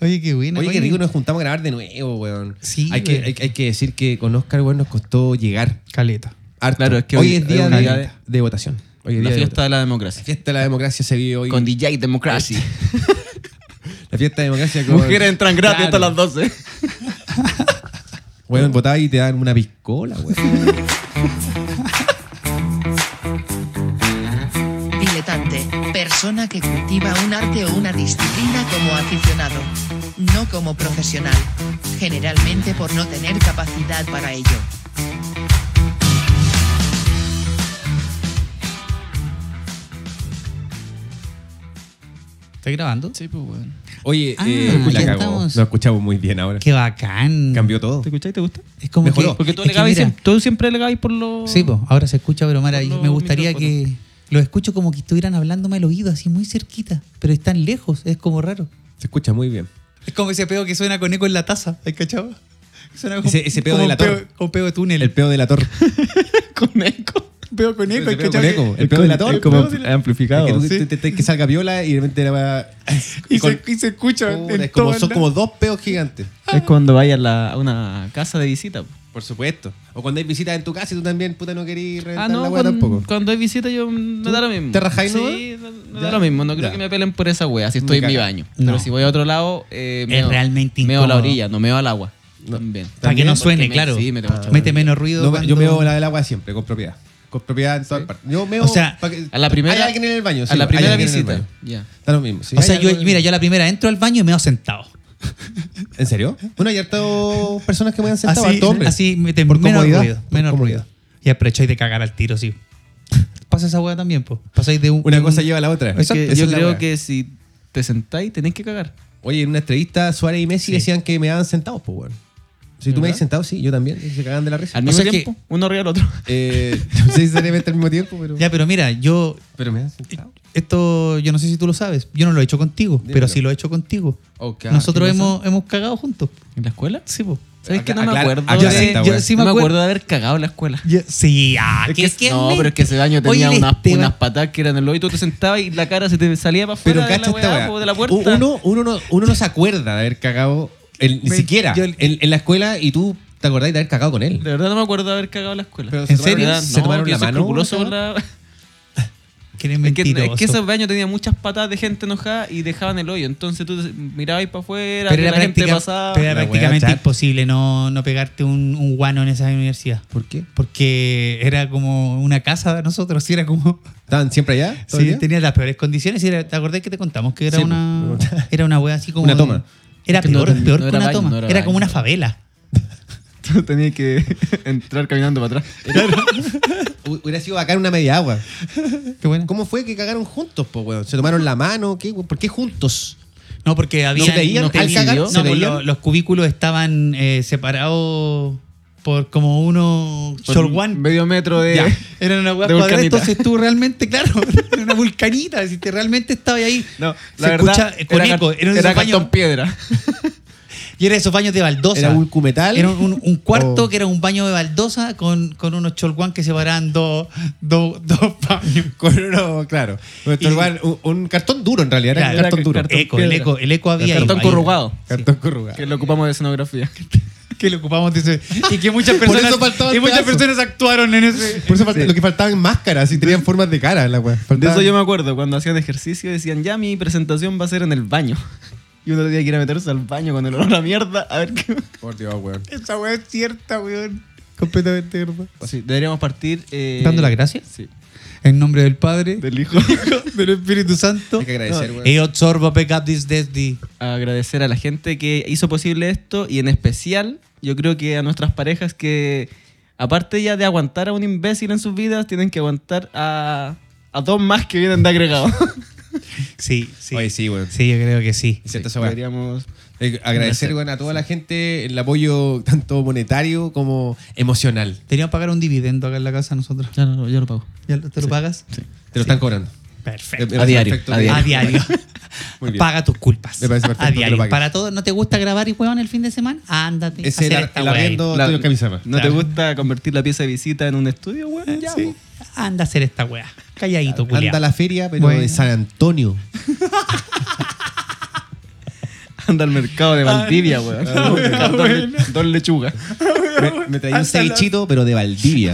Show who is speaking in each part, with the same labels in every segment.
Speaker 1: Oye, qué buena.
Speaker 2: Oye, qué rico, nos juntamos a grabar de nuevo, weón.
Speaker 1: Sí,
Speaker 2: Hay que,
Speaker 1: weón.
Speaker 2: hay, hay que decir que con Oscar, weón, nos costó llegar.
Speaker 1: Caleta.
Speaker 2: Harto.
Speaker 3: Claro, es que
Speaker 2: hoy,
Speaker 3: hoy
Speaker 2: es
Speaker 3: es
Speaker 2: día,
Speaker 3: una
Speaker 2: de,
Speaker 3: día de-
Speaker 2: de votación. Hoy es día
Speaker 3: La
Speaker 2: de
Speaker 3: fiesta
Speaker 2: votación.
Speaker 3: de la
Speaker 2: La
Speaker 3: democracia.
Speaker 2: fiesta de la democracia se vive hoy.
Speaker 3: Con DJ Democracy.
Speaker 2: La fiesta de la democracia con...
Speaker 3: Mujeres entran gratis hasta las 12.
Speaker 2: Weón, votaba y te dan una piscola, weón.
Speaker 4: Diletante, persona que cultiva un arte o una disciplina como aficionado, no como profesional, generalmente por no tener capacidad para ello.
Speaker 1: ¿Estás grabando?
Speaker 3: Sí, pues, weón.
Speaker 2: Oye,
Speaker 1: Ah,
Speaker 2: eh, la
Speaker 1: ya
Speaker 2: cagó.
Speaker 1: estamos.
Speaker 2: Nos escuchamos muy bien ahora.
Speaker 1: Qué bacán.
Speaker 2: Cambió todo.
Speaker 3: ¿Te escucháis? ¿Te gusta?
Speaker 1: Es como
Speaker 2: Mejoró.
Speaker 1: que.
Speaker 3: Porque tú
Speaker 1: es que
Speaker 3: legabas
Speaker 1: mira,
Speaker 3: siempre, tú siempre legabas por los...
Speaker 1: Sí, pues, ahora se escucha bromar ahí.
Speaker 3: Por los
Speaker 1: Me gustaría que
Speaker 3: micrófonos.
Speaker 1: lo escucho como que estuvieran hablándome al oído, así muy cerquita, pero están lejos, es como raro.
Speaker 2: Se escucha muy bien.
Speaker 1: Es como ese peo que suena con eco en la taza, ¿hay cachado? Suena como-
Speaker 2: Ese- ese peo
Speaker 1: como
Speaker 2: de la
Speaker 1: peo-
Speaker 2: torre.
Speaker 1: Como peo de túnel.
Speaker 2: El peo de la torre.
Speaker 3: con eco.
Speaker 1: peo con
Speaker 2: El peo con eco. El peo de la torre. Es que tú- tú- tú- tú- que salga viola y de repente la va... con-
Speaker 1: escucha
Speaker 2: Puta, es como, son como dos peos gigantes.
Speaker 3: Es cuando vayas a, la- a una casa de visita. po.
Speaker 2: Por supuesto. O cuando hay visitas en tu casa y tú también, puta, no querís reventar
Speaker 3: Ah, no,
Speaker 2: la weá
Speaker 3: cuando,
Speaker 2: tampoco.
Speaker 3: cuando hay visita yo me da lo mismo.
Speaker 2: te rajáis
Speaker 3: Sí, me
Speaker 2: Ya.
Speaker 3: da lo mismo. No creo
Speaker 2: Ya.
Speaker 3: que me apelen por esa wea si
Speaker 2: Me
Speaker 3: estoy en mi
Speaker 2: caga.
Speaker 3: baño.
Speaker 1: No.
Speaker 3: Pero si voy a otro lado, eh,
Speaker 1: Es realmente
Speaker 3: meo a la
Speaker 1: incómodo.
Speaker 3: orilla, no meo al agua.
Speaker 2: No.
Speaker 3: También.
Speaker 1: Para que no
Speaker 3: Porque
Speaker 1: suene,
Speaker 3: me-
Speaker 1: claro.
Speaker 3: Sí, me tengo mucho
Speaker 1: Mete
Speaker 3: miedo.
Speaker 1: menos ruido.
Speaker 2: No,
Speaker 1: cuando-
Speaker 2: Yo meo la del agua siempre, con propiedad. Con propiedad en todas partes. Yo meo.
Speaker 1: O sea,
Speaker 2: pa' que-
Speaker 3: a la primera-
Speaker 2: Hay alguien en el baño. sí,
Speaker 3: a la
Speaker 2: hay
Speaker 3: primera
Speaker 2: alguien en el
Speaker 3: visita.
Speaker 2: baño.
Speaker 3: Ya.
Speaker 2: Está lo mismo. sí,
Speaker 1: O
Speaker 2: hay
Speaker 1: sea, yo,
Speaker 2: algo en-
Speaker 1: mira, yo a la primera entro al baño y me he sentado.
Speaker 2: ¿En serio? Bueno, hay harto personas que me han
Speaker 3: Ah,
Speaker 2: sentado,
Speaker 1: así,
Speaker 2: harto hombres.
Speaker 1: así mete
Speaker 2: Por
Speaker 1: menos
Speaker 2: comodidad,
Speaker 1: ruido.
Speaker 2: por
Speaker 1: Menos
Speaker 2: comodidad.
Speaker 1: ruido. Y aprovecháis de cagar al tiro, sí. Pasa esa hueá también, pues. Pasáis de un.
Speaker 2: Una
Speaker 1: de un-
Speaker 2: cosa lleva a la otra.
Speaker 3: Es
Speaker 2: Exacto,
Speaker 3: que
Speaker 2: esa
Speaker 3: yo
Speaker 2: es la
Speaker 3: creo
Speaker 2: wea.
Speaker 3: que si te sentáis tenés que cagar.
Speaker 2: Oye, en una entrevista, Suárez y Messi
Speaker 1: Sí.
Speaker 2: decían que me daban sentados, pues, bueno. Si tú me
Speaker 3: ¿Verdad? Ah,
Speaker 2: has sentado, sí, yo también. Y se cagan de la risa.
Speaker 3: Al
Speaker 1: O
Speaker 3: mismo
Speaker 1: sea que-
Speaker 3: tiempo, uno arriba del otro.
Speaker 2: Eh, no sé si necesariamente al mismo tiempo, pero.
Speaker 1: Ya, pero mira, yo.
Speaker 2: Pero me han sentado.
Speaker 1: Esto, yo no sé si tú lo sabes. Yo no lo he hecho contigo,
Speaker 2: Dímelo.
Speaker 1: pero sí lo he hecho contigo.
Speaker 2: Ok, ah,
Speaker 1: Nosotros
Speaker 2: ¿qué pasa?
Speaker 1: hemos, hemos cagado juntos.
Speaker 3: ¿En la escuela?
Speaker 1: Sí, po.
Speaker 3: ¿Sabes
Speaker 2: Acla-
Speaker 3: que no me
Speaker 2: aclara-
Speaker 3: acuerdo?
Speaker 2: aclara
Speaker 3: de-
Speaker 2: esta
Speaker 3: yo
Speaker 2: wea.
Speaker 3: sí me acuerdo de haber cagado en la escuela.
Speaker 1: Ya- Sí, ah,
Speaker 3: Es
Speaker 1: que,
Speaker 3: que-
Speaker 1: es que
Speaker 3: no,
Speaker 1: me-
Speaker 3: pero es que ese año
Speaker 1: Oye,
Speaker 3: tenía
Speaker 1: el
Speaker 3: unas,
Speaker 1: Esteban-
Speaker 3: unas patadas que eran en el hoyo y tú te sentabas y la cara se te salía para
Speaker 2: Pero
Speaker 3: afuera de
Speaker 2: cacha
Speaker 3: la,
Speaker 2: esta
Speaker 3: weá,
Speaker 2: weá.
Speaker 3: po, de la puerta.
Speaker 2: Uno, uno, no, uno no se acuerda de haber cagado, el- ni
Speaker 1: Me-
Speaker 2: siquiera,
Speaker 1: yo-
Speaker 2: en, en la escuela y tú te acordás de haber cagado con él.
Speaker 3: De verdad no me acuerdo de haber cagado en la escuela.
Speaker 2: Pero
Speaker 3: Pero
Speaker 2: se
Speaker 1: ¿En serio?
Speaker 3: verdad,
Speaker 2: ¿Se
Speaker 3: no,
Speaker 2: tomaron
Speaker 3: que
Speaker 2: la
Speaker 3: soy
Speaker 2: mano?
Speaker 3: escrupuloso por la-
Speaker 1: Que eres
Speaker 3: Es que,
Speaker 1: mentiroso.
Speaker 3: es que ese baño tenía muchas patadas de gente enojada y dejaban el hoyo. Entonces tú mirabas para afuera,
Speaker 1: pero
Speaker 3: que
Speaker 1: era,
Speaker 3: la gente
Speaker 1: práctica-
Speaker 3: pasaba.
Speaker 1: pero era
Speaker 2: La wea
Speaker 1: prácticamente
Speaker 2: chat.
Speaker 1: imposible no, no pegarte un, un guano en esa universidad.
Speaker 2: ¿Por qué?
Speaker 1: Porque era como una casa de nosotros, y era como...
Speaker 2: ¿Estaban siempre allá? todo el
Speaker 1: Sí,
Speaker 2: día?
Speaker 1: tenía las peores condiciones. y era- ¿Te acordás que te contamos que era
Speaker 2: Sí,
Speaker 1: una
Speaker 2: pues, me
Speaker 1: era una wea así como...
Speaker 2: Una
Speaker 1: de-
Speaker 2: toma.
Speaker 1: Era
Speaker 3: Es que no
Speaker 1: peor,
Speaker 3: era-
Speaker 1: peor
Speaker 3: no
Speaker 1: que
Speaker 3: era
Speaker 1: una
Speaker 3: baño,
Speaker 1: toma.
Speaker 3: no
Speaker 1: era
Speaker 3: era
Speaker 1: como
Speaker 3: baño.
Speaker 1: una favela.
Speaker 3: Tú tenías que entrar caminando para atrás.
Speaker 2: Hu- Hubiera sido bacán una media agua.
Speaker 1: Qué bueno.
Speaker 2: ¿Cómo fue que cagaron juntos, po, weón? ¿Se tomaron la mano? ¿Qué, weón? ¿Por qué juntos?
Speaker 1: No, porque había...
Speaker 2: ¿No se veían
Speaker 1: no
Speaker 2: al
Speaker 1: tenía-
Speaker 2: cagar?
Speaker 1: no,
Speaker 2: ¿Se
Speaker 1: pues,
Speaker 2: veían?
Speaker 1: lo- los cubículos estaban eh, separados por como uno... short one.
Speaker 3: Medio metro de.
Speaker 1: Ya. Era una hueá
Speaker 3: De
Speaker 1: cuadrada,
Speaker 3: vulcanita.
Speaker 1: entonces tú realmente, claro, era una vulcanita, si te realmente estabas ahí.
Speaker 3: No,
Speaker 1: se escucha eh, con
Speaker 3: era,
Speaker 1: eco,
Speaker 3: era,
Speaker 1: era un baño-
Speaker 3: cartón piedra.
Speaker 1: y era esos baños de baldosa.
Speaker 2: ¿Era un cumetal?
Speaker 1: Era un, un cuarto
Speaker 2: Oh.
Speaker 1: que era un baño de baldosa con, con unos cholguán que separaban dos, dos, dos baños.
Speaker 2: Con uno, claro. Un,
Speaker 1: Y-
Speaker 2: lugar- un- un cartón duro, en realidad. Era
Speaker 1: Claro,
Speaker 2: un cartón
Speaker 3: era
Speaker 2: duro.
Speaker 3: cartón.
Speaker 1: eco, el
Speaker 3: piedra.
Speaker 1: eco, el eco había
Speaker 3: Cartón
Speaker 1: ahí.
Speaker 3: corrugado.
Speaker 2: Cartón corrugado.
Speaker 3: Que lo ocupamos de escenografía.
Speaker 1: Que lo ocupamos de ese- Y que muchas
Speaker 2: Por eso
Speaker 1: personas,
Speaker 2: faltaba el
Speaker 1: y muchas
Speaker 2: pedazo.
Speaker 1: personas actuaron en ese.
Speaker 2: Por eso falt- lo que faltaban máscaras y tenían formas de cara. La weá.
Speaker 3: De
Speaker 2: Faltaban-
Speaker 3: eso yo me acuerdo, cuando hacían ejercicio decían, ya mi presentación va a ser en el baño. Y uno tenía que ir a meterse al baño con el olor a mierda, a ver qué...
Speaker 2: Por Dios, weón.
Speaker 1: Esa weá es cierta, weón. Completamente verdad.
Speaker 3: Sí, deberíamos partir... eh,
Speaker 1: ¿Dando las gracias?
Speaker 3: Sí,
Speaker 1: En nombre del Padre,
Speaker 3: del hijo.
Speaker 1: del Espíritu Santo.
Speaker 2: Hay que agradecer, weón.
Speaker 1: Yo absorbo pecatis desde.
Speaker 3: Agradecer a la gente que hizo posible esto y en especial yo creo que a nuestras parejas que, aparte ya de aguantar a un imbécil en sus vidas, tienen que aguantar a, a dos más que vienen de agregado.
Speaker 1: Sí, sí.
Speaker 2: Oye, sí, weón.
Speaker 1: Sí, yo creo que sí.
Speaker 2: Es cierto, esa weá.
Speaker 3: Deberíamos...
Speaker 2: Eh, agradecer weón, a toda la gente el apoyo tanto monetario como emocional.
Speaker 1: Teníamos que pagar un dividendo acá en la casa nosotros.
Speaker 3: Ya no, yo lo pago.
Speaker 1: ¿Ya lo- te lo pagas?
Speaker 2: Te lo están cobrando.
Speaker 1: Perfecto.
Speaker 2: Me parece
Speaker 3: diario,
Speaker 2: perfecto
Speaker 3: a
Speaker 2: que-
Speaker 3: diario.
Speaker 1: A diario.
Speaker 2: Muy bien.
Speaker 1: Paga tus culpas.
Speaker 2: Me parece perfecto
Speaker 1: A
Speaker 2: que lo
Speaker 1: diario.
Speaker 2: pagues.
Speaker 1: Para todo, ¿no te gusta grabar y huevón el fin de semana? Ándate. a
Speaker 2: Es
Speaker 1: hacer
Speaker 2: el, ar-
Speaker 1: esta
Speaker 2: Eh, el
Speaker 1: wea ahí.
Speaker 2: arriendo
Speaker 3: La-
Speaker 2: tuyo camisama.
Speaker 3: ¿No
Speaker 1: Claro. Eh,
Speaker 3: te gusta convertir la pieza de visita en un estudio, weón? Ya, po.
Speaker 1: Anda a hacer esta wea. Calladito, culiao.
Speaker 2: Anda a la feria, pero
Speaker 1: Bueno.
Speaker 2: de San Antonio.
Speaker 3: Anda al mercado de Valdivia, weón. Busca dos, le- dos lechugas.
Speaker 2: Me, me traía un cevichito, pero de Valdivia.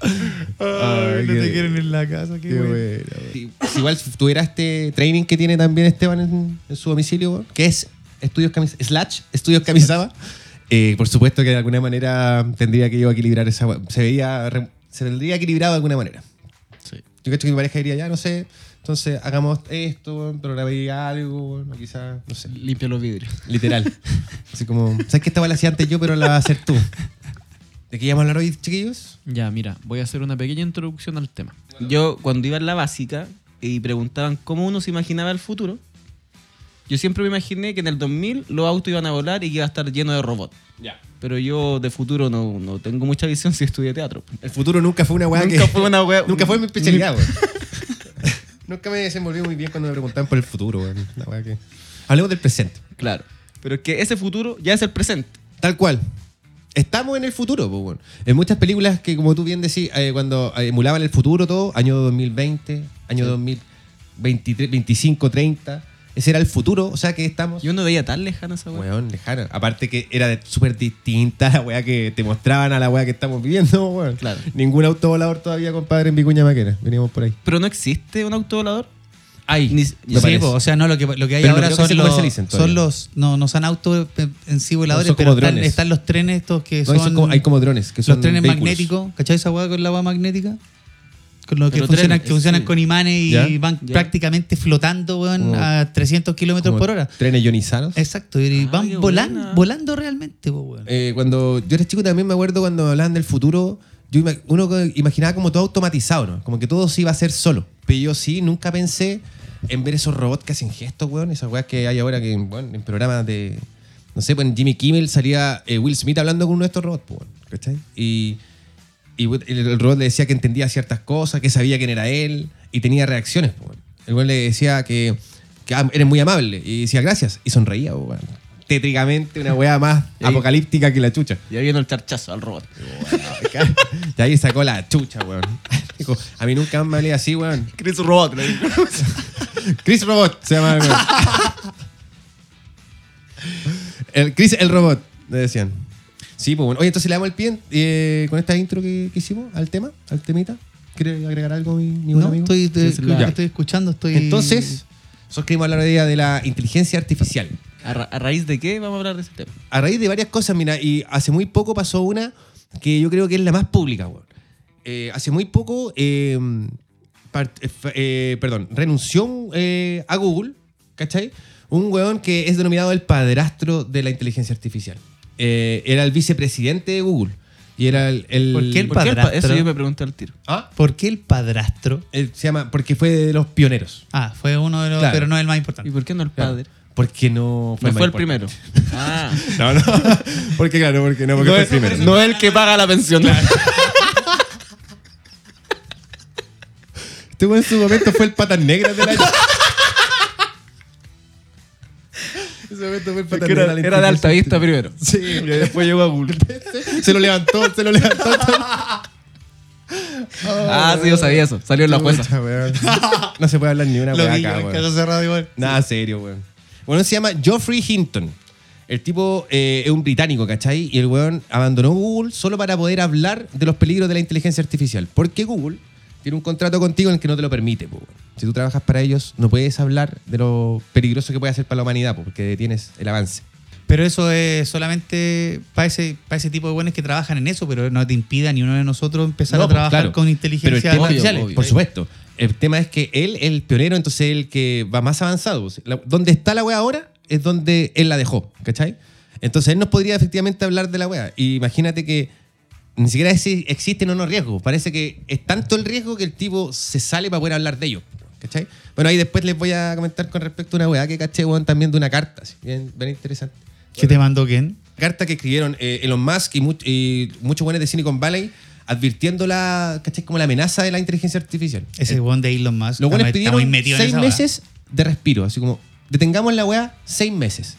Speaker 1: Ay, no
Speaker 2: qué-
Speaker 1: te quieren en la casa, qué, bueno.
Speaker 2: Si- si pues igual tuviera este training que tiene también Esteban en, en su domicilio, weón, que es Estudios Camis- Slash, Estudios Camisaba, eh, por supuesto que de alguna manera tendría que yo equilibrar esa. we- Se veía. re- Se tendría equilibrado de alguna manera.
Speaker 3: Sí.
Speaker 2: Yo creo que mi pareja diría, ya no sé, entonces hagamos esto, weón, programaría algo, weón, o quizás, no sé.
Speaker 3: Limpia los vidrios.
Speaker 2: Literal. Así como, ¿sabes que esta weá la hacía antes yo, pero la vas a hacer tú? ¿De qué vamos a hablar hoy, chiquillos?
Speaker 5: Ya, mira, voy a hacer una pequeña introducción al tema.
Speaker 3: Yo, cuando iba en la básica y preguntaban cómo uno se imaginaba el futuro, yo siempre me imaginé que en el 2000 los autos iban a volar y que iba a estar lleno de robots. Pero yo de futuro no, no tengo mucha visión si estudié teatro.
Speaker 2: El futuro nunca fue una weá
Speaker 3: Nunca
Speaker 2: que-
Speaker 3: fue una weá-
Speaker 2: Nunca fue mi especialidad, weón. nunca me desenvolví muy bien cuando me preguntaban por el futuro, weón. Una weá que- Hablemos del presente.
Speaker 3: Claro. Pero es que ese futuro ya es el presente.
Speaker 2: Tal cual. Estamos en el futuro, pues, weón. En muchas películas que, como tú bien decís, eh, cuando eh, emulaban el futuro todo, año 2020, año 2023, 25, 30, ese era el futuro, o sea que estamos...
Speaker 3: Yo no veía tan lejana esa weá.
Speaker 2: Weón, lejana. Aparte que era de- súper distinta la weá que te mostraban a la weá que estamos viviendo, weón.
Speaker 3: Claro.
Speaker 2: Ningún autovolador todavía, compadre, en Vicuña Maquena. Veníamos por ahí.
Speaker 3: Pero no existe un auto volador.
Speaker 2: Ahí.
Speaker 3: Ni-
Speaker 1: Sí, po, o sea, no, lo que, lo que hay
Speaker 2: Pero no
Speaker 1: ahora
Speaker 2: creo que se
Speaker 1: son, los,
Speaker 2: comercialicen todavía.
Speaker 1: son los. No, no son autos eh, en sí voladores,
Speaker 2: No, son como
Speaker 1: pero están,
Speaker 2: drones.
Speaker 1: están los trenes estos que
Speaker 2: No,
Speaker 1: son.
Speaker 2: esos como- hay como drones, que
Speaker 1: los
Speaker 2: son
Speaker 1: trenes
Speaker 2: vehículos.
Speaker 1: magnéticos. ¿Cachai esa hueá con la hueá magnética? Con los que
Speaker 3: Pero
Speaker 1: funcionan,
Speaker 3: trenes,
Speaker 1: que funcionan
Speaker 3: sí.
Speaker 1: con imanes y
Speaker 2: Ya,
Speaker 1: van
Speaker 3: ya.
Speaker 1: prácticamente flotando, weón,
Speaker 2: Como-
Speaker 1: a 300 kilómetros
Speaker 2: Como
Speaker 1: por hora.
Speaker 2: Trenes ionizados.
Speaker 1: Exacto, y
Speaker 3: Ah,
Speaker 1: van
Speaker 3: qué
Speaker 1: volando,
Speaker 3: buena.
Speaker 1: volando realmente, po, weón.
Speaker 2: Eh, cuando yo era chico también me acuerdo cuando hablaban del futuro, yo ima- uno co- imaginaba como todo automatizado, ¿no? Como que todo se iba a hacer solo. Pero yo sí, nunca pensé en ver esos robots que hacen gestos, weón. Esas weas que hay ahora que, bueno, en programas de... No sé, pues en Jimmy Kimmel salía eh, Will Smith hablando con uno de estos robots, pues, weón, ¿cachai? Y, y weón, el, el robot le decía que entendía ciertas cosas, que sabía quién era él y tenía reacciones, pues, weón. El weón le decía que, que, ah, eres muy amable y decía gracias y sonreía, pues, weón. Tétricamente una wea más
Speaker 3: Y ahí-
Speaker 2: apocalíptica que la chucha.
Speaker 3: Y ahí vino el charchazo al robot.
Speaker 2: De ahí sacó la chucha, weón. Dijo, a mí nunca me hablé así, weón.
Speaker 3: Chris Robot. le digo.
Speaker 2: Chris Robot se llama el weón. El Chris el Robot, le decían. Sí, pues bueno. Oye, entonces le damos el pie eh, con esta intro que, que hicimos al tema, al temita. ¿Quieres agregar algo, mi, mi buen
Speaker 1: no,
Speaker 2: amigo?
Speaker 1: estoy, estoy-
Speaker 3: es la-
Speaker 1: ya. estoy escuchando, estoy.
Speaker 2: Entonces, nosotros queremos hablar hoy día de la inteligencia artificial.
Speaker 3: ¿A, ra- a raíz de qué vamos a hablar de ese tema?
Speaker 2: a raíz de varias cosas, mira, y hace muy poco pasó una que yo creo que es la más pública, weón. Eh, hace muy poco, eh, part- eh, f- eh, perdón, renunció eh, a Google, ¿cachai? Un weón que es denominado el padrastro de la inteligencia artificial. Eh, era el vicepresidente de Google. Y era el... el-
Speaker 1: ¿Por qué el
Speaker 3: ¿Por qué el pa-
Speaker 1: Padrastro.
Speaker 3: Eso yo me pregunté al tiro.
Speaker 2: ¿Ah?
Speaker 1: ¿Por qué el padrastro?
Speaker 2: Él se llama... Porque fue de los pioneros.
Speaker 1: Ah, fue uno de los.
Speaker 2: Claro.
Speaker 1: Pero no el más
Speaker 3: ¿Y
Speaker 1: importante.
Speaker 3: por qué no el padre?
Speaker 2: Porque no
Speaker 3: No
Speaker 2: más
Speaker 3: fue el primero.
Speaker 2: importante.
Speaker 3: Ah.
Speaker 2: No, no. porque claro, porque no, porque fue el primero.
Speaker 3: No el que paga la pensión.
Speaker 2: Este weón en su momento fue el patas negras del año. En su momento fue el patas
Speaker 3: era,
Speaker 2: negras del
Speaker 3: era de alta vista primero.
Speaker 2: Sí,
Speaker 3: Y después llegó a Google.
Speaker 2: se lo levantó, se lo levantó.
Speaker 3: ah, sí, yo sabía eso. Salió en la jueza.
Speaker 2: Chucha, weón. No se puede hablar ni una
Speaker 1: Lo
Speaker 2: weá
Speaker 1: vi,
Speaker 2: acá,
Speaker 1: que
Speaker 2: weón.
Speaker 1: eso cerrado igual.
Speaker 2: Nada serio, weón. Bueno, se llama Geoffrey Hinton. El tipo eh, es un británico, ¿cachai? Y el weón abandonó Google solo para poder hablar de los peligros de la inteligencia artificial. Porque Google tiene un contrato contigo en el que no te lo permite, po, weón. Si tú trabajas para ellos, no puedes hablar de lo peligroso que puede ser para la humanidad, po, porque detienes el avance.
Speaker 1: Pero eso es solamente para ese, para ese tipo de buenos que trabajan en eso, pero no te impida ni uno de nosotros empezar
Speaker 2: No,
Speaker 1: a
Speaker 2: pues,
Speaker 1: trabajar
Speaker 2: claro.
Speaker 1: con
Speaker 2: Pero el
Speaker 1: inteligencia
Speaker 2: tema-
Speaker 1: artificial.
Speaker 3: obvio, obvio.
Speaker 2: Por supuesto. El tema es que él es el pionero, entonces el que va más avanzado. La- Donde está la wea ahora es donde él la dejó, ¿cachai? Entonces él nos podría efectivamente hablar de la wea. Y imagínate que ni siquiera es si existen o no riesgos. Parece que es tanto el riesgo que el tipo se sale para poder hablar de ellos. ¿Cachai? Bueno, ahí después les voy a comentar con respecto a una weá que caché, weón, también de una carta. así, bien, bien interesante
Speaker 1: ¿Qué te mandó quién?
Speaker 2: carta que escribieron eh, Elon Musk y, much- y muchos buenos de Silicon Valley advirtiendo la, ¿cachai? como la amenaza de la inteligencia artificial.
Speaker 1: Ese buen de Elon Musk.
Speaker 2: Los buenos
Speaker 1: está muy- está muy
Speaker 2: pidieron
Speaker 1: metido en
Speaker 2: seis
Speaker 1: esa weá.
Speaker 2: meses de respiro, así como detengamos la weá seis meses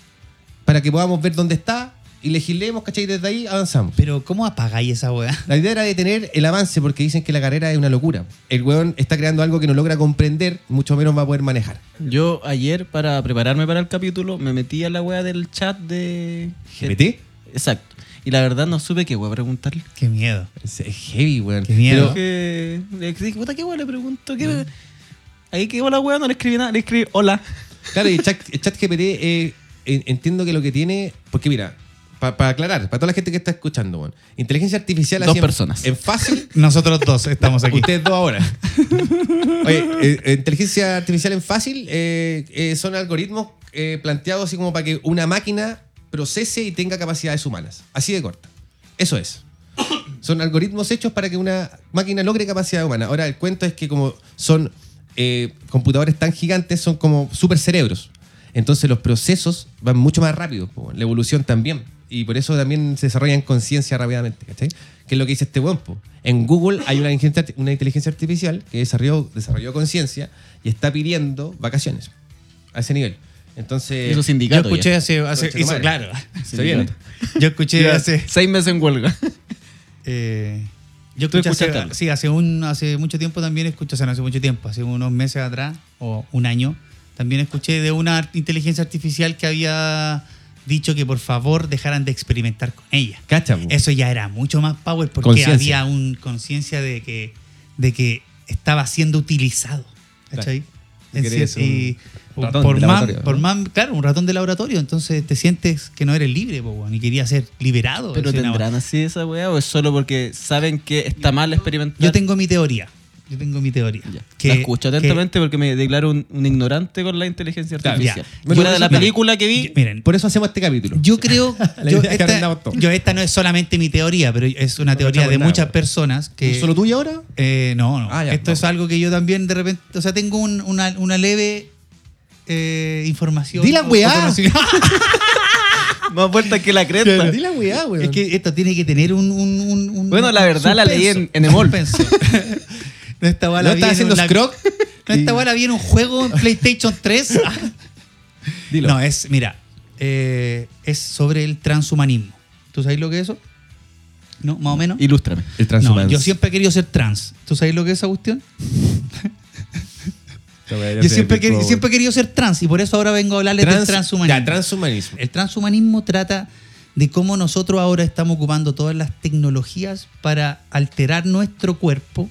Speaker 2: para que podamos ver dónde está y legislemos, ¿cachai? Y Desde ahí avanzamos.
Speaker 1: Pero ¿cómo apagáis esa weá?
Speaker 2: La idea era detener el avance porque dicen que la carrera es una locura. El weón está creando algo que no logra comprender, mucho menos va a poder manejar.
Speaker 3: Yo ayer, para prepararme para el capítulo, me metí a la wea del chat de...
Speaker 2: ¿GPT?
Speaker 3: Exacto. Y la verdad no supe qué wea preguntarle.
Speaker 1: Qué miedo.
Speaker 2: Es es heavy, weón.
Speaker 1: Qué miedo.
Speaker 2: Pero-
Speaker 3: Dije, Eh, le dije, puta, qué wea le pregunto.
Speaker 1: ¿Mm?
Speaker 3: ¿Qué Ahí quedó la wea, no le escribí nada, le escribí hola.
Speaker 2: claro, y chat, GPT eh, entiendo que lo que tiene. Porque mira, para aclarar, para toda la gente que está escuchando, weón. Inteligencia artificial
Speaker 3: Dos
Speaker 2: así en-
Speaker 3: personas.
Speaker 2: En fácil.
Speaker 1: Nosotros dos estamos aquí.
Speaker 2: Ustedes dos ahora. Oye, eh, eh, inteligencia artificial en fácil eh, eh, son algoritmos eh, planteados así como para que una máquina procese y tenga capacidades humanas. Así de corta. Eso es. Son algoritmos hechos para que una máquina logre capacidad humana. Ahora, el cuento es que como son eh, computadores tan gigantes, son como super cerebros. Entonces los procesos van mucho más rápido, po, la evolución también. Y por eso también se desarrollan conciencia rápidamente, ¿cachai? Que es lo que dice este buen En Google hay una inteligencia, una inteligencia artificial que desarrolló, desarrolló conciencia y está pidiendo vacaciones a ese nivel. Entonces...
Speaker 3: Eso
Speaker 1: Yo
Speaker 3: sindicato.
Speaker 1: escuché hace. hace-
Speaker 2: Concha tu
Speaker 1: hizo-
Speaker 2: madre.
Speaker 1: claro.
Speaker 2: Se viene.
Speaker 1: Yo
Speaker 3: ya.
Speaker 1: escuché
Speaker 3: Lleva
Speaker 1: hace.
Speaker 3: seis meses en huelga.
Speaker 1: eh, yo
Speaker 3: Tú
Speaker 1: escuché hace-
Speaker 3: escuchaste algo.
Speaker 1: sí, hace, un, hace mucho tiempo también escuché, o sea, no hace mucho tiempo, hace unos meses atrás o un año, también escuché de una ar- inteligencia artificial que había dicho que por favor dejaran de experimentar con ella.
Speaker 2: Cacha, po.
Speaker 1: Eso ya era mucho más power porque
Speaker 2: Conciencia.
Speaker 1: había un conciencia de que, de que estaba siendo utilizado. ¿Cachai?
Speaker 2: Claro.
Speaker 1: En
Speaker 2: Que eres
Speaker 1: cier- y
Speaker 2: un ratón
Speaker 1: por
Speaker 2: de
Speaker 1: más,
Speaker 2: laboratorio,
Speaker 1: por
Speaker 2: ¿no?
Speaker 1: más, claro, un ratón de laboratorio, entonces te sientes que no eres libre, po, weón, y querías ser liberado.
Speaker 3: Pero
Speaker 1: Es una-
Speaker 3: tendrán así esa wea
Speaker 1: pues,
Speaker 3: o es solo porque saben que está mal experimentar.
Speaker 1: Yo tengo mi teoría. Yo tengo mi teoría.
Speaker 3: Ya.
Speaker 1: Que-
Speaker 3: la escucho
Speaker 1: que-
Speaker 3: atentamente porque me declaro un, un ignorante con la inteligencia
Speaker 2: Claro,
Speaker 1: ya.
Speaker 3: artificial.
Speaker 2: Bueno,
Speaker 3: Fuera de la
Speaker 2: mira,
Speaker 3: película que vi,
Speaker 1: miren,
Speaker 2: Por eso hacemos este capítulo.
Speaker 1: yo creo.
Speaker 2: La
Speaker 1: yo,
Speaker 2: idea es que
Speaker 1: esta,
Speaker 2: aprendamos todo.
Speaker 1: yo esta no es solamente mi teoría, pero es una
Speaker 2: No
Speaker 1: teoría de
Speaker 2: cachamos nada,
Speaker 1: muchas
Speaker 2: weón.
Speaker 1: personas que.
Speaker 2: ¿Solo tuya ahora?
Speaker 1: Eh, no, no.
Speaker 2: Ah, ya,
Speaker 1: Esto
Speaker 2: no.
Speaker 1: es algo que yo también de repente. O sea, tengo un- una, una leve eh, información.
Speaker 2: Di la
Speaker 1: o-
Speaker 2: weá.
Speaker 1: o conocimiento.
Speaker 3: más vuelta que la cresta.
Speaker 2: Dile, weá, weón.
Speaker 1: es que esto tiene que tener un. un- un- un-
Speaker 3: Bueno, la verdad la leí en- en Emol.
Speaker 1: Suspenso. no esta weá
Speaker 2: ¿No
Speaker 1: la vi
Speaker 2: estás
Speaker 1: en
Speaker 2: haciendo
Speaker 1: la-
Speaker 2: scroc?
Speaker 1: No esta weá la vi en un juego en PlayStation 3.
Speaker 2: Dilo.
Speaker 1: No, es, mira, eh, es sobre el transhumanismo. ¿Tú sabes lo que es eso? ¿No? ¿Más o menos?
Speaker 3: Ilústrame.
Speaker 2: el
Speaker 1: No,
Speaker 2: transhumance.
Speaker 1: yo siempre he querido ser trans. ¿Tú sabes lo que es esa cuestión?
Speaker 2: Esta weá ya
Speaker 1: Yo
Speaker 2: se
Speaker 1: siempre, he
Speaker 2: desvirtuó,
Speaker 1: queri-
Speaker 2: weón.
Speaker 1: siempre he querido ser trans y por eso ahora vengo a hablarles del transhumanismo.
Speaker 2: Ya, transhumanismo.
Speaker 1: el transhumanismo trata de cómo nosotros ahora estamos ocupando todas las tecnologías para alterar nuestro cuerpo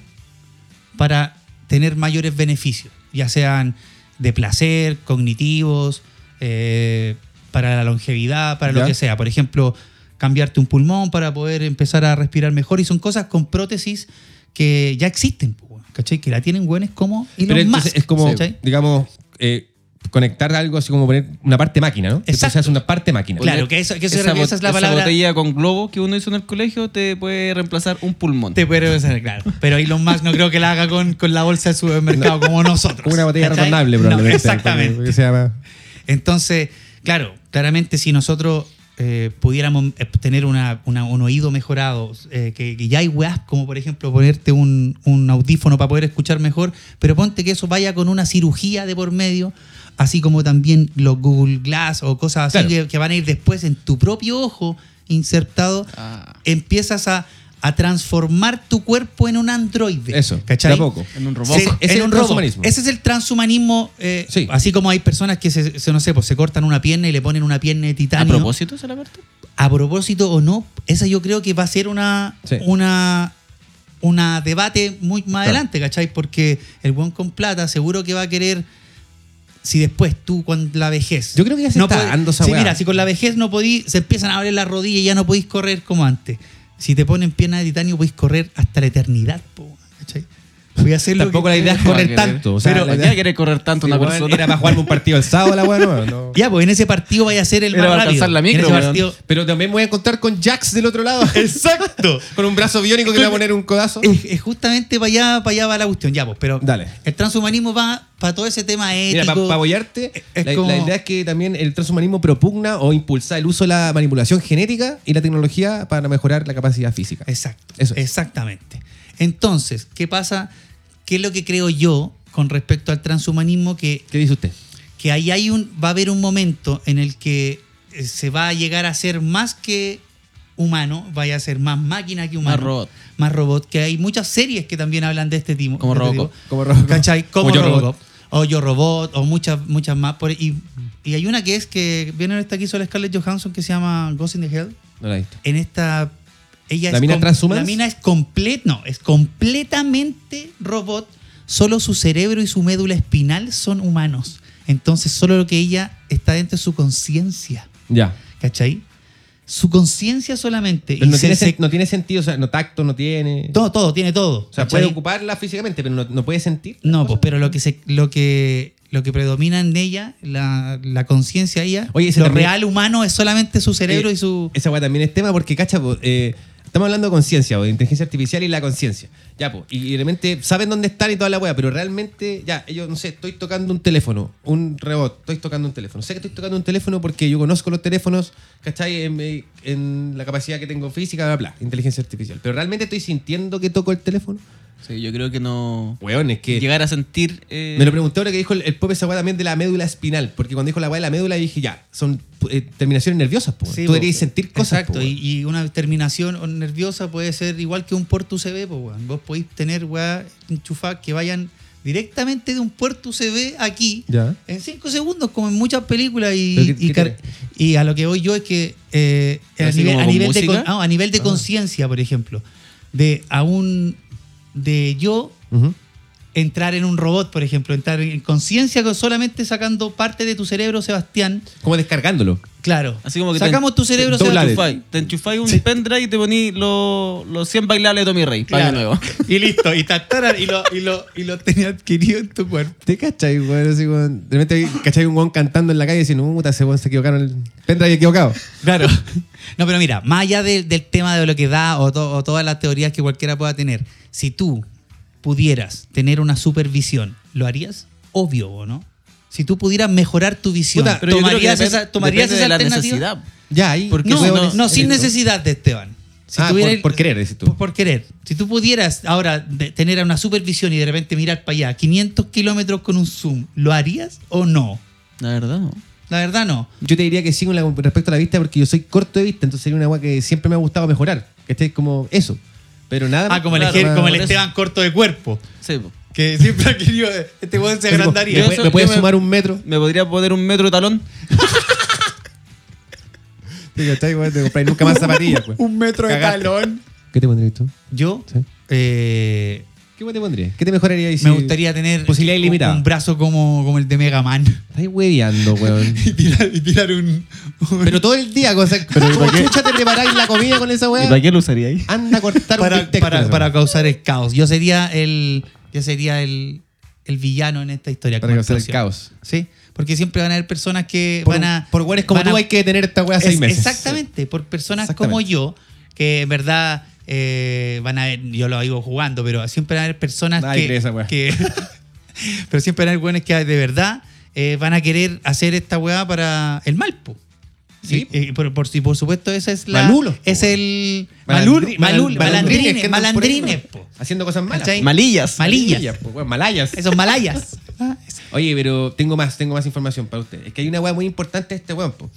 Speaker 1: para tener mayores beneficios, ya sean de placer, cognitivos, eh, para la longevidad, para
Speaker 2: Ya.
Speaker 1: lo que sea. Por ejemplo, cambiarte un pulmón para poder empezar a respirar mejor y son cosas con prótesis que ya existen, po, weón, ¿cachai? Que la tienen buenos como y
Speaker 2: Pero
Speaker 1: los más.
Speaker 2: entonces es como,
Speaker 1: ¿cachai?
Speaker 2: digamos, eh, conectar algo así como poner una parte máquina, ¿no?
Speaker 1: Exacto.
Speaker 2: Entonces es una parte máquina.
Speaker 1: Claro, que eso, que eso-
Speaker 3: bot-
Speaker 1: esa es la palabra.
Speaker 3: botella con globo que uno hizo en el colegio te puede reemplazar un pulmón.
Speaker 1: Te puede pensar, claro. Pero Elon Musk no creo que la haga con, con la bolsa del supermercado como nosotros.
Speaker 2: Como una botella
Speaker 1: ¿cachai?
Speaker 2: retornable,
Speaker 1: No,
Speaker 2: probablemente.
Speaker 1: exactamente.
Speaker 2: Que se llama-
Speaker 1: Entonces, claro, claramente si nosotros eh, pudiéramos eh, tener una, una- un oído mejorado, eh, que, que ya hay weas, como por ejemplo ponerte un, un audífono para poder escuchar mejor, pero ponte que eso vaya con una cirugía de por medio, así como también los Google Glass o cosas así
Speaker 2: Claro.
Speaker 1: que, que van a ir después en tu propio ojo insertado,
Speaker 5: Ah.
Speaker 1: empiezas a, a transformar tu cuerpo en un androide.
Speaker 2: Eso,
Speaker 1: ¿cachai?
Speaker 2: de a poco.
Speaker 3: En un robot.
Speaker 1: Sí,
Speaker 2: Ese es
Speaker 1: en
Speaker 2: el
Speaker 1: un robo.
Speaker 2: transhumanismo.
Speaker 1: Ese es el transhumanismo. eh,
Speaker 2: Sí.
Speaker 1: Así como hay personas que se, se- no sé, pues, se cortan una pierna y le ponen una pierna de
Speaker 3: ¿A
Speaker 1: titanio.
Speaker 3: propósito se la parte?
Speaker 1: A propósito o no, esa yo creo que va a ser una.
Speaker 2: Sí.
Speaker 1: una una debate muy más
Speaker 2: Claro.
Speaker 1: adelante, ¿cachai? Porque el buen con plata seguro que va a querer. Si después tú con la vejez.
Speaker 2: Yo creo que ya se está
Speaker 1: podí-
Speaker 2: dando esa
Speaker 1: Sí,
Speaker 2: weá.
Speaker 1: mira, si con la vejez no podís, se empiezan a abrir las rodillas y ya no podís correr como antes. Si te ponen pierna de titanio, podís correr hasta la eternidad, po, ¿cachai? Voy a hacer lo
Speaker 2: Tampoco
Speaker 1: que
Speaker 2: la idea es
Speaker 1: quiero.
Speaker 2: correr tanto. O sea,
Speaker 3: Pero
Speaker 2: la
Speaker 3: ya
Speaker 2: idea
Speaker 3: quiere correr tanto una
Speaker 2: Igual
Speaker 3: persona.
Speaker 2: Era para jugarme un partido el sábado, la weá, no, no.
Speaker 1: Ya, pues en ese partido vaya a ser el
Speaker 3: Era
Speaker 1: más
Speaker 3: para
Speaker 1: rápido.
Speaker 3: alcanzar la
Speaker 1: En
Speaker 3: micro,
Speaker 1: ese
Speaker 3: weón.
Speaker 1: partido-
Speaker 2: Pero también me voy a encontrar con Jax del otro lado.
Speaker 1: Exacto.
Speaker 2: con un brazo biónico que le va a poner un codazo.
Speaker 1: es, es justamente para allá, para allá va la cuestión, ya, pues. Pero
Speaker 2: Dale.
Speaker 1: el transhumanismo va para todo ese tema ético.
Speaker 2: Mira, para apoyarte,
Speaker 1: eh, Es
Speaker 2: la,
Speaker 1: como-
Speaker 2: la idea es que también el transhumanismo propugna o impulsa el uso de la manipulación genética y la tecnología para mejorar la capacidad física.
Speaker 1: Exacto.
Speaker 2: Eso es.
Speaker 1: Exactamente. Entonces, ¿qué pasa? ¿Qué es lo que creo yo con respecto al transhumanismo? Que
Speaker 2: ¿Qué dice usted?
Speaker 1: que ahí hay un, va a haber un momento en el que eh, se va a llegar a ser más que humano, vaya a ser más máquina que humano.
Speaker 3: Más robot.
Speaker 1: Más robot, que hay muchas series que también hablan de este tipo.
Speaker 3: Como
Speaker 1: de este
Speaker 3: Robocop.
Speaker 1: tipo.
Speaker 2: Como Robocop.
Speaker 1: ¿Cachai? Como,
Speaker 2: Como Yo
Speaker 1: Robocop.
Speaker 2: Robot.
Speaker 1: O Yo Robot, o muchas, muchas más. por- y, y hay una que es que viene esta que hizo la Scarlett Johansson que se llama Ghost in the Hell
Speaker 2: No la he visto.
Speaker 1: en esta ella
Speaker 2: ¿La
Speaker 1: es
Speaker 2: mina
Speaker 1: com-
Speaker 2: transhumans?
Speaker 1: la mina es complet- no, es completamente robot solo su cerebro y su médula espinal son humanos entonces solo lo que ella está dentro es su conciencia
Speaker 2: Ya.
Speaker 1: ¿cachai? su conciencia solamente
Speaker 2: Pero
Speaker 1: y
Speaker 2: no,
Speaker 1: se-
Speaker 2: tiene,
Speaker 1: se-
Speaker 2: sen- no tiene sentido, o sea, no tacto, no tiene.
Speaker 1: todo todo tiene todo
Speaker 2: o sea,
Speaker 1: ¿cachai?
Speaker 2: puede ocuparla físicamente, pero no, no puede sentir.
Speaker 1: no pues pero lo que se lo que lo que predomina en ella la, la conciencia de ella
Speaker 2: Oye, ese
Speaker 1: lo
Speaker 2: también-
Speaker 1: real humano es solamente su cerebro
Speaker 2: Eh,
Speaker 1: y su
Speaker 2: Esa weá también es tema porque, cacha, po, eh, estamos hablando de conciencia, po, de inteligencia artificial y la conciencia. Ya, pues, y realmente saben dónde están y toda la weá, pero realmente, ya, ellos, no sé, estoy tocando un teléfono, un robot, estoy tocando un teléfono. Sé que estoy tocando un teléfono porque yo conozco los teléfonos, ¿cachai? En, mi- en la capacidad que tengo física, bla, bla, inteligencia artificial. Pero realmente estoy sintiendo que toco el teléfono.
Speaker 3: Sí, yo creo que no.
Speaker 2: Weón, es que.
Speaker 3: Llegar a sentir. eh,
Speaker 2: Me lo pregunté ahora que dijo el, el Pop esa weá también de la médula espinal, porque cuando dijo la weá de la médula dije, ya, son eh, terminaciones nerviosas, po.
Speaker 1: Sí,
Speaker 2: Tú
Speaker 1: po.
Speaker 2: deberías sentir cosas.
Speaker 1: Exacto,
Speaker 2: po, weón.
Speaker 1: y, y una terminación nerviosa puede ser igual que un puerto USB, po, weón. Vos podéis tener weá enchufadas que vayan directamente de un puerto USB aquí
Speaker 2: Ya.
Speaker 1: en 5 segundos, como en muchas películas. Y,
Speaker 2: Pero qué-
Speaker 1: y,
Speaker 2: qué
Speaker 1: car- y a lo que voy yo es que eh, a,
Speaker 3: ¿Así
Speaker 1: nivel,
Speaker 3: como
Speaker 1: a
Speaker 3: con
Speaker 1: nivel de,
Speaker 3: música?
Speaker 1: con- ah, a nivel de conciencia, por ejemplo, de aún de yo
Speaker 2: Ujú.
Speaker 1: entrar en un robot, por ejemplo, entrar en conciencia con- solamente sacando parte de tu cerebro, Sebastián.
Speaker 2: Como descargándolo.
Speaker 1: Claro.
Speaker 3: Así como que te-
Speaker 1: sacamos tu cerebro,
Speaker 3: te,
Speaker 2: doblade.
Speaker 1: Sebastián.
Speaker 3: enchufáis, te enchufáis un pendrive y te poní lo- los 100 bailables de Tommy Rey. Para
Speaker 1: Claro.
Speaker 3: nuevo.
Speaker 1: Y listo, y tatara, y lo, y lo, y lo tenía adquirido en tu cuerpo.
Speaker 2: ¿Te cachai, weón? Así, weón. De repente, hay- cachai un weón cantando en la calle diciendo, puta, ese weón se equivocaron. El pendrive equivocado.
Speaker 1: Claro. No, pero mira, más allá del- del tema de lo que da o, to- o todas las teorías que cualquiera pueda tener, si tú pudieras tener una supervisión, ¿lo harías? Obvio, ¿o no? Si tú pudieras mejorar tu visión,
Speaker 2: Puta,
Speaker 3: Pero yo creo que
Speaker 1: ¿tomarías
Speaker 3: depende-
Speaker 1: esa, tomarías
Speaker 3: depende
Speaker 1: esa
Speaker 3: de la
Speaker 1: alternativa?
Speaker 3: necesidad.
Speaker 2: Ya, ahí.
Speaker 3: Porque
Speaker 1: no,
Speaker 3: si no-
Speaker 1: no, no, sin
Speaker 2: Listo.
Speaker 1: necesidad de Esteban. Si
Speaker 2: Ah,
Speaker 1: tuviera-
Speaker 2: por- por querer, decís tú.
Speaker 1: Por, por querer. Si tú pudieras ahora de- tener una supervisión y de repente mirar para allá, 500 kilómetros con un zoom, ¿lo harías o no?
Speaker 3: La verdad, no.
Speaker 1: La verdad no.
Speaker 2: Yo te diría que sí con la- con respecto a la vista porque yo soy corto de vista, entonces sería una weá que siempre me ha gustado mejorar. Que esté como eso. Pero nada
Speaker 1: Ah, como el,
Speaker 3: Claro,
Speaker 1: Ejer-
Speaker 3: bueno,
Speaker 1: como el
Speaker 3: por eso.
Speaker 1: Esteban corto de cuerpo.
Speaker 3: Sí, po.
Speaker 1: Que siempre ha querido. Este weón se
Speaker 2: Así como,
Speaker 1: agrandaría.
Speaker 2: ¿Me,
Speaker 3: Yo
Speaker 2: puede-
Speaker 3: eso-
Speaker 2: me puedes
Speaker 3: yo me-
Speaker 2: sumar un metro?
Speaker 3: Me podría poner un metro de talón.
Speaker 2: Te cachai, weón, te compráis nunca más zapatillas, weón.
Speaker 1: Un metro de
Speaker 2: Cagaste.
Speaker 1: talón.
Speaker 2: ¿Qué te pondrías tú?
Speaker 1: Yo
Speaker 2: Sí.
Speaker 1: eh,
Speaker 2: ¿Qué weón te pondrías? ¿Qué te mejoraría ahí si-
Speaker 1: me gustaría tener
Speaker 2: Posibilidad
Speaker 1: un-
Speaker 2: ilimitada.
Speaker 1: Un, brazo como, como el de Mega Man.
Speaker 2: Estás hueveando, weón.
Speaker 1: y, tirar, y tirar un. un-
Speaker 2: Pero todo el día, cosa. Pero ¿cómo chucha te preparáis la comida con esa weá?
Speaker 3: qué lo usaría ahí?
Speaker 2: Anda a cortar un
Speaker 1: para,
Speaker 2: bistec
Speaker 1: para-
Speaker 2: con esa
Speaker 1: para
Speaker 2: weá.
Speaker 1: causar el caos. Yo sería el. Yo sería el, el villano en esta historia.
Speaker 2: Para
Speaker 1: como
Speaker 2: causar el
Speaker 1: explosión.
Speaker 2: caos.
Speaker 1: Sí. Porque siempre van a haber personas que
Speaker 2: Por,
Speaker 1: van a.
Speaker 2: por weones como
Speaker 1: van a-
Speaker 2: tú hay que detener esta weá
Speaker 1: Es-
Speaker 2: seis meses.
Speaker 1: Exactamente, por personas
Speaker 2: Exactamente.
Speaker 1: como yo, que en verdad eh, van a ver, yo lo digo jugando, pero siempre van a haber personas
Speaker 2: Nadie
Speaker 1: que,
Speaker 2: cree esa weá.
Speaker 1: que- Pero siempre van a haber buenos que de verdad eh, van a querer hacer esta weá para el malpo.
Speaker 2: Sí.
Speaker 1: por, por, y por supuesto, esa es la.
Speaker 2: Malulos, po,
Speaker 1: es el.
Speaker 2: Malandri-
Speaker 1: Malul, malul-
Speaker 2: malandrines
Speaker 1: malandrines,
Speaker 2: que andan por ahí,
Speaker 1: malandrines,
Speaker 2: weón,
Speaker 1: po.
Speaker 2: Haciendo cosas malas.
Speaker 1: ¿Cachai?
Speaker 2: po.
Speaker 3: Malillas.
Speaker 1: Malillas.
Speaker 2: po, weón, malayas.
Speaker 1: Esos malayas. Ah, es-
Speaker 2: Oye, pero tengo más, tengo más información para ustedes. Es que hay una weá muy importante de este weón, po.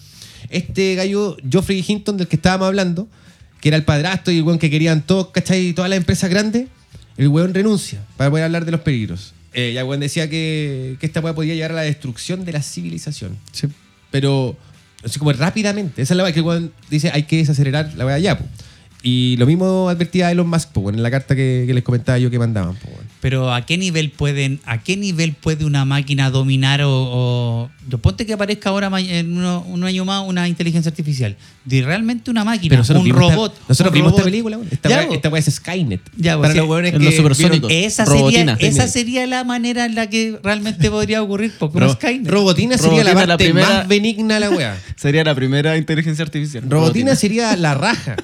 Speaker 2: Este gallo, Geoffrey Hinton, del que estábamos hablando, que era el padrastro y el weón que querían todos, ¿cachai? Todas las empresas grandes, el weón renuncia para poder hablar de los peligros. Eh, ya el weón decía que, que esta weá podía llevar a la destrucción de la civilización. Pero, así como rápidamente. Esa es la weá que el weón dice, hay que desacelerar la weá ya, po. Y lo mismo advertía Elon Musk, po, weón, en la carta que, que les comentaba yo que mandaban, po, weón.
Speaker 1: Pero ¿a qué nivel pueden, a qué nivel puede una máquina dominar o, o- yo ponte que aparezca ahora ma- en uno- un año más una inteligencia artificial? De realmente una máquina,
Speaker 2: Pero nosotros
Speaker 1: un
Speaker 2: vimos esta-
Speaker 1: robot.
Speaker 2: nosotros
Speaker 1: un
Speaker 2: vimos
Speaker 1: robot.
Speaker 2: esta película, weón. Esta
Speaker 1: Ya,
Speaker 2: weá-
Speaker 1: bo.
Speaker 2: Esta weá es Skynet.
Speaker 1: Ya, bo,
Speaker 2: Para
Speaker 1: sí.
Speaker 2: los weones
Speaker 3: En
Speaker 2: que
Speaker 3: los supersónicos.
Speaker 2: vieron-
Speaker 1: Esa
Speaker 3: Robotina.
Speaker 1: sería, esa
Speaker 2: Técnica.
Speaker 1: sería la manera en la que realmente podría ocurrir, porque como
Speaker 2: Ro-
Speaker 1: Skynet.
Speaker 2: Robotina sería
Speaker 3: Robotina,
Speaker 2: la
Speaker 3: la
Speaker 2: parte
Speaker 3: primera-
Speaker 2: más benigna de la weá.
Speaker 3: Sería la primera inteligencia artificial.
Speaker 2: Robotina, sería la raja.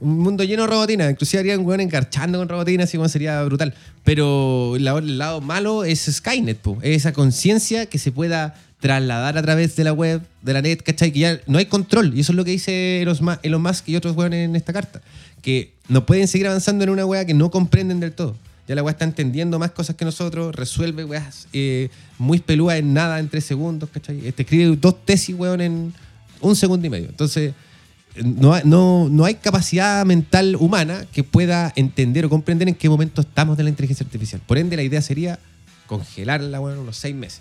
Speaker 2: Un mundo lleno de robotina. Inclusive harían weón encarchando con robotina, así como sería brutal. Pero la- el lado malo es Skynet, po. Es esa conciencia que se pueda trasladar a través de la web, de la net, ¿cachai? Que ya no hay control. Y eso es lo que dice Elon Ma- Elon Musk y otros weones en esta carta. Que no pueden seguir avanzando en una wea que no comprenden del todo. Ya la wea está entendiendo más cosas que nosotros, resuelve Este, weas eh, muy pelúa en nada en tres segundos, ¿cachai? Te escribe dos tesis, weón, en Un segundo y medio. Entonces, no, hay- no, no hay capacidad mental humana que pueda entender o comprender en qué momento estamos de la inteligencia artificial. Por ende, la idea sería congelarla, bueno, unos seis meses.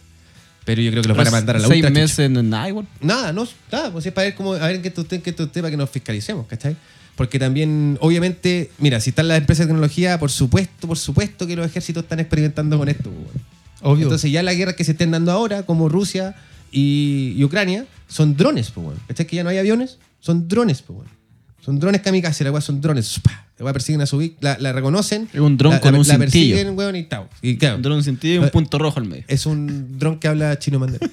Speaker 2: Pero yo creo que los van a mandar a la
Speaker 3: Seis
Speaker 2: ultra,
Speaker 3: meses en nada igual.
Speaker 2: Nada, no, nada, pues es para ver cómo, a ver en qué esto usted, en qué esto usted, para que nos fiscalicemos, ¿cachai? Porque también, obviamente, mira, si están las empresas de tecnología, por supuesto, por supuesto que los ejércitos están experimentando con esto, pues, weón.
Speaker 1: Obvio.
Speaker 2: Entonces ya las guerras que se estén dando ahora, como Rusia y, y Ucrania, son drones, pues, weón. ¿Cachai? Que ya no hay aviones, son drones, pues, weón. Son drones kamikaze, la weá son drones. ¡pa! La weá persiguen a su vic- la, la reconocen.
Speaker 3: Es un dron
Speaker 2: la-
Speaker 3: con
Speaker 2: la-
Speaker 3: un
Speaker 2: La
Speaker 3: cintillo.
Speaker 2: persiguen, weón, y tao. Y claro,
Speaker 3: Un dron sentido y un
Speaker 2: Eh,
Speaker 3: punto rojo al medio.
Speaker 2: es un dron que habla chino mandarín.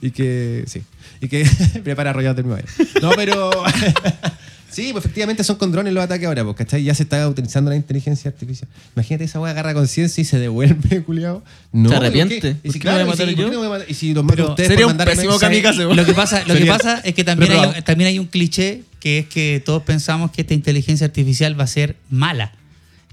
Speaker 2: y que. Sí. Y que prepara arrollado del móvil. No, pero. sí, pues efectivamente son con drones los ataques ahora, porque ya se está utilizando la inteligencia artificial. Imagínate esa weá agarra conciencia y se devuelve, culiao. No,
Speaker 3: ¿Se arrepiente?
Speaker 2: ¿por qué? Y
Speaker 3: ¿Por
Speaker 2: si,
Speaker 3: qué me voy a
Speaker 2: claro, y
Speaker 3: matar
Speaker 2: si- ¿por
Speaker 3: yo?
Speaker 2: qué no voy a matar? Y si los mato a
Speaker 1: Pero
Speaker 2: ustedes
Speaker 3: sería
Speaker 2: por
Speaker 3: un
Speaker 2: mandarme-
Speaker 3: pésimo
Speaker 2: ¿sabes?
Speaker 3: kamikaze, weón.
Speaker 1: Lo que pasa, lo que
Speaker 2: Sería
Speaker 1: pasa es que también hay,
Speaker 2: reprobado.
Speaker 1: también hay un cliché que es que todos pensamos que esta inteligencia artificial va a ser mala.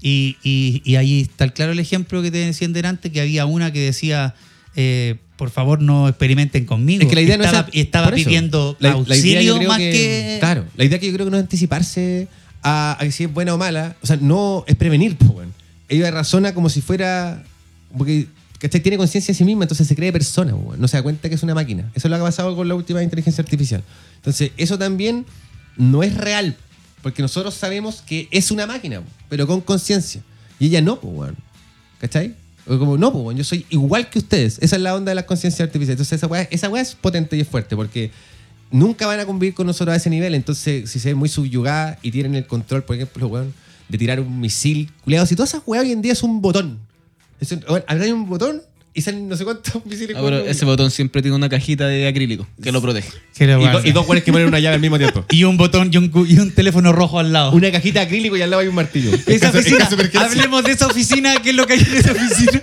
Speaker 1: Y, y- y ahí está el claro el ejemplo que te decían delante, que había una que decía, eh, por favor no experimenten conmigo.
Speaker 2: Es que la idea
Speaker 1: Y
Speaker 2: no es
Speaker 1: estaba,
Speaker 2: ser-
Speaker 1: y estaba
Speaker 2: por eso.
Speaker 1: pidiendo
Speaker 2: La- la idea yo
Speaker 1: auxilio
Speaker 2: creo
Speaker 1: más que...
Speaker 2: Claro, la idea que yo creo que no es anticiparse a, a que si es buena o mala. O sea, no es prevenir, pues, weón. Ella razona como si fuera. Porque, ¿cachai? Tiene conciencia de sí misma, entonces se cree persona, pues, weón. No se da cuenta que es una máquina. Eso es lo que ha pasado con la última inteligencia artificial. Entonces, eso también no es real. Porque nosotros sabemos que es una máquina, pues, pero con conciencia. Y ella no, pues, weón. ¿Cachai? O como, no, pues, weón, yo soy igual que ustedes. Esa es la onda de las conciencias artificiales. Entonces, esa weá, esa weá es potente y es fuerte porque nunca van a convivir con nosotros a ese nivel. Entonces, si se ven muy subyugadas y tienen el control, por ejemplo, weón, de tirar un misil, culiado, si todas esas weas hoy en día es un botón. Es un, weón, abrís un botón y salen no sé cuántos misiles.
Speaker 3: Ah, pero
Speaker 2: weón,
Speaker 3: ese botón siempre tiene una cajita de acrílico que lo protege.
Speaker 1: Que lo
Speaker 2: y, do-
Speaker 1: guarda.
Speaker 2: y dos weones que ponen una llave al mismo tiempo.
Speaker 1: Y un botón y un, cu- y un teléfono rojo al lado.
Speaker 2: Una cajita de acrílico y al lado hay un martillo.
Speaker 1: Esa
Speaker 2: Es que- es que
Speaker 1: oficina,
Speaker 2: súper clásico.
Speaker 1: hablemos de esa oficina, que es lo que hay en esa oficina.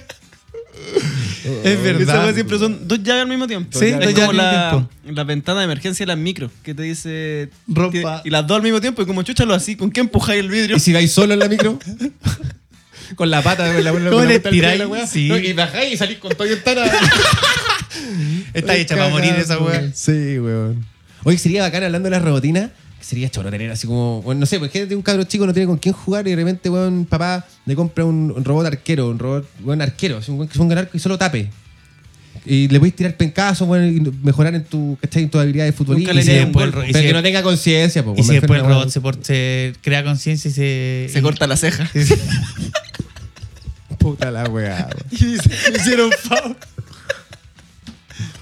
Speaker 1: es
Speaker 3: Esas
Speaker 1: verdad.
Speaker 3: weas siempre son dos llaves al mismo tiempo.
Speaker 1: Sí,
Speaker 3: Es
Speaker 1: dos
Speaker 3: como
Speaker 1: llaves al
Speaker 3: la,
Speaker 1: mismo
Speaker 3: La ventana de emergencia de las micro que te dice.
Speaker 1: Rompa.
Speaker 3: que- y las dos al mismo tiempo. Y como chúchalo así, ¿con qué empujáis el vidrio?
Speaker 2: ¿Y si vais solo en la micro? con la pata, con la, con la,
Speaker 1: ¿Cómo
Speaker 2: con la
Speaker 1: le
Speaker 2: punta del pie de
Speaker 1: tiráis?
Speaker 2: la weá.
Speaker 1: Sí.
Speaker 2: No, y bajáis y salís con todo y ventana.
Speaker 1: Está hecha para morir esa weá.
Speaker 2: Sí, weón. Oye, sería bacán hablando de las robotinas. que Sería choro tener así como, bueno, no sé, porque un cabro chico no tiene con quién jugar y de repente, weón, papá le compra un, un robot arquero, un robot, weón, arquero, así un weón que es un gran arco y solo tape. Y le puedes tirar pencazo, weón, y mejorar en tu, ¿cachai? En tu habilidad de futbolista.
Speaker 3: le
Speaker 2: Y si
Speaker 3: dieron un
Speaker 2: después el
Speaker 1: golpe.
Speaker 2: ro-
Speaker 1: Y
Speaker 2: Pero
Speaker 1: si-
Speaker 2: que no tenga conciencia, po,
Speaker 1: Y
Speaker 2: weón,
Speaker 1: si
Speaker 2: me
Speaker 1: después el
Speaker 2: enferma,
Speaker 1: robot
Speaker 2: weón.
Speaker 1: se, por- se crea conciencia y se...
Speaker 3: Se corta la ceja.
Speaker 1: Sí, sí.
Speaker 2: Puta la weá, weón.
Speaker 3: Me hicieron favor.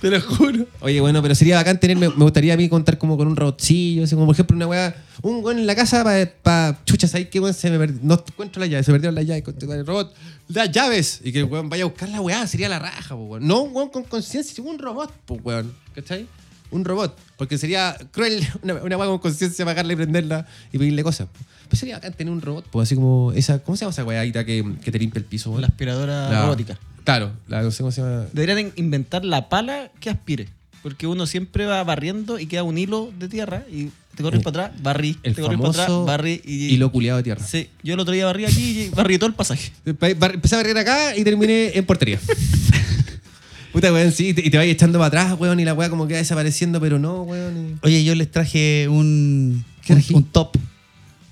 Speaker 3: Te lo juro.
Speaker 2: Oye, bueno, pero sería bacán tener, me, me gustaría a mí contar como con un robotcillo, así como por ejemplo una weá, un weón en la casa para chuchas ahí que weón se me perdió, no encuentro la llave, se perdieron las llaves, con con el robot, las llaves, y que el weón vaya a buscar la weá, sería la raja, po, weón. No un weón con conciencia, sino un robot, po, weón, ¿cachai? Un robot, porque sería cruel una, una weá con conciencia pagarle y prenderla y pedirle cosas. po. Pero sería bacán tener un robot, pues así como esa, ¿cómo se llama esa weáita que, que te limpia el piso, weón?
Speaker 3: La aspiradora
Speaker 2: La-
Speaker 3: robótica.
Speaker 2: Claro, la, no sé cómo se llama.
Speaker 3: Deberían inventar la pala que aspire. Porque uno siempre va barriendo y queda un hilo de tierra y te corres
Speaker 2: El-
Speaker 3: para atrás, barrí.
Speaker 2: Eh, El
Speaker 3: te corres
Speaker 2: famoso
Speaker 3: para atrás, barrí. Y,
Speaker 2: hilo culiado de tierra.
Speaker 3: Sí, yo el otro día barrí aquí y barrí todo el pasaje.
Speaker 2: Pa- pa- Empecé a barrer acá y terminé en portería. Puta, weón, sí, y te, y te vas echando para atrás, weón, y la weá como queda desapareciendo, pero no, weón.
Speaker 1: Oye, yo les traje un,
Speaker 2: ¿Qué
Speaker 1: un,
Speaker 2: trajiste?
Speaker 1: un top.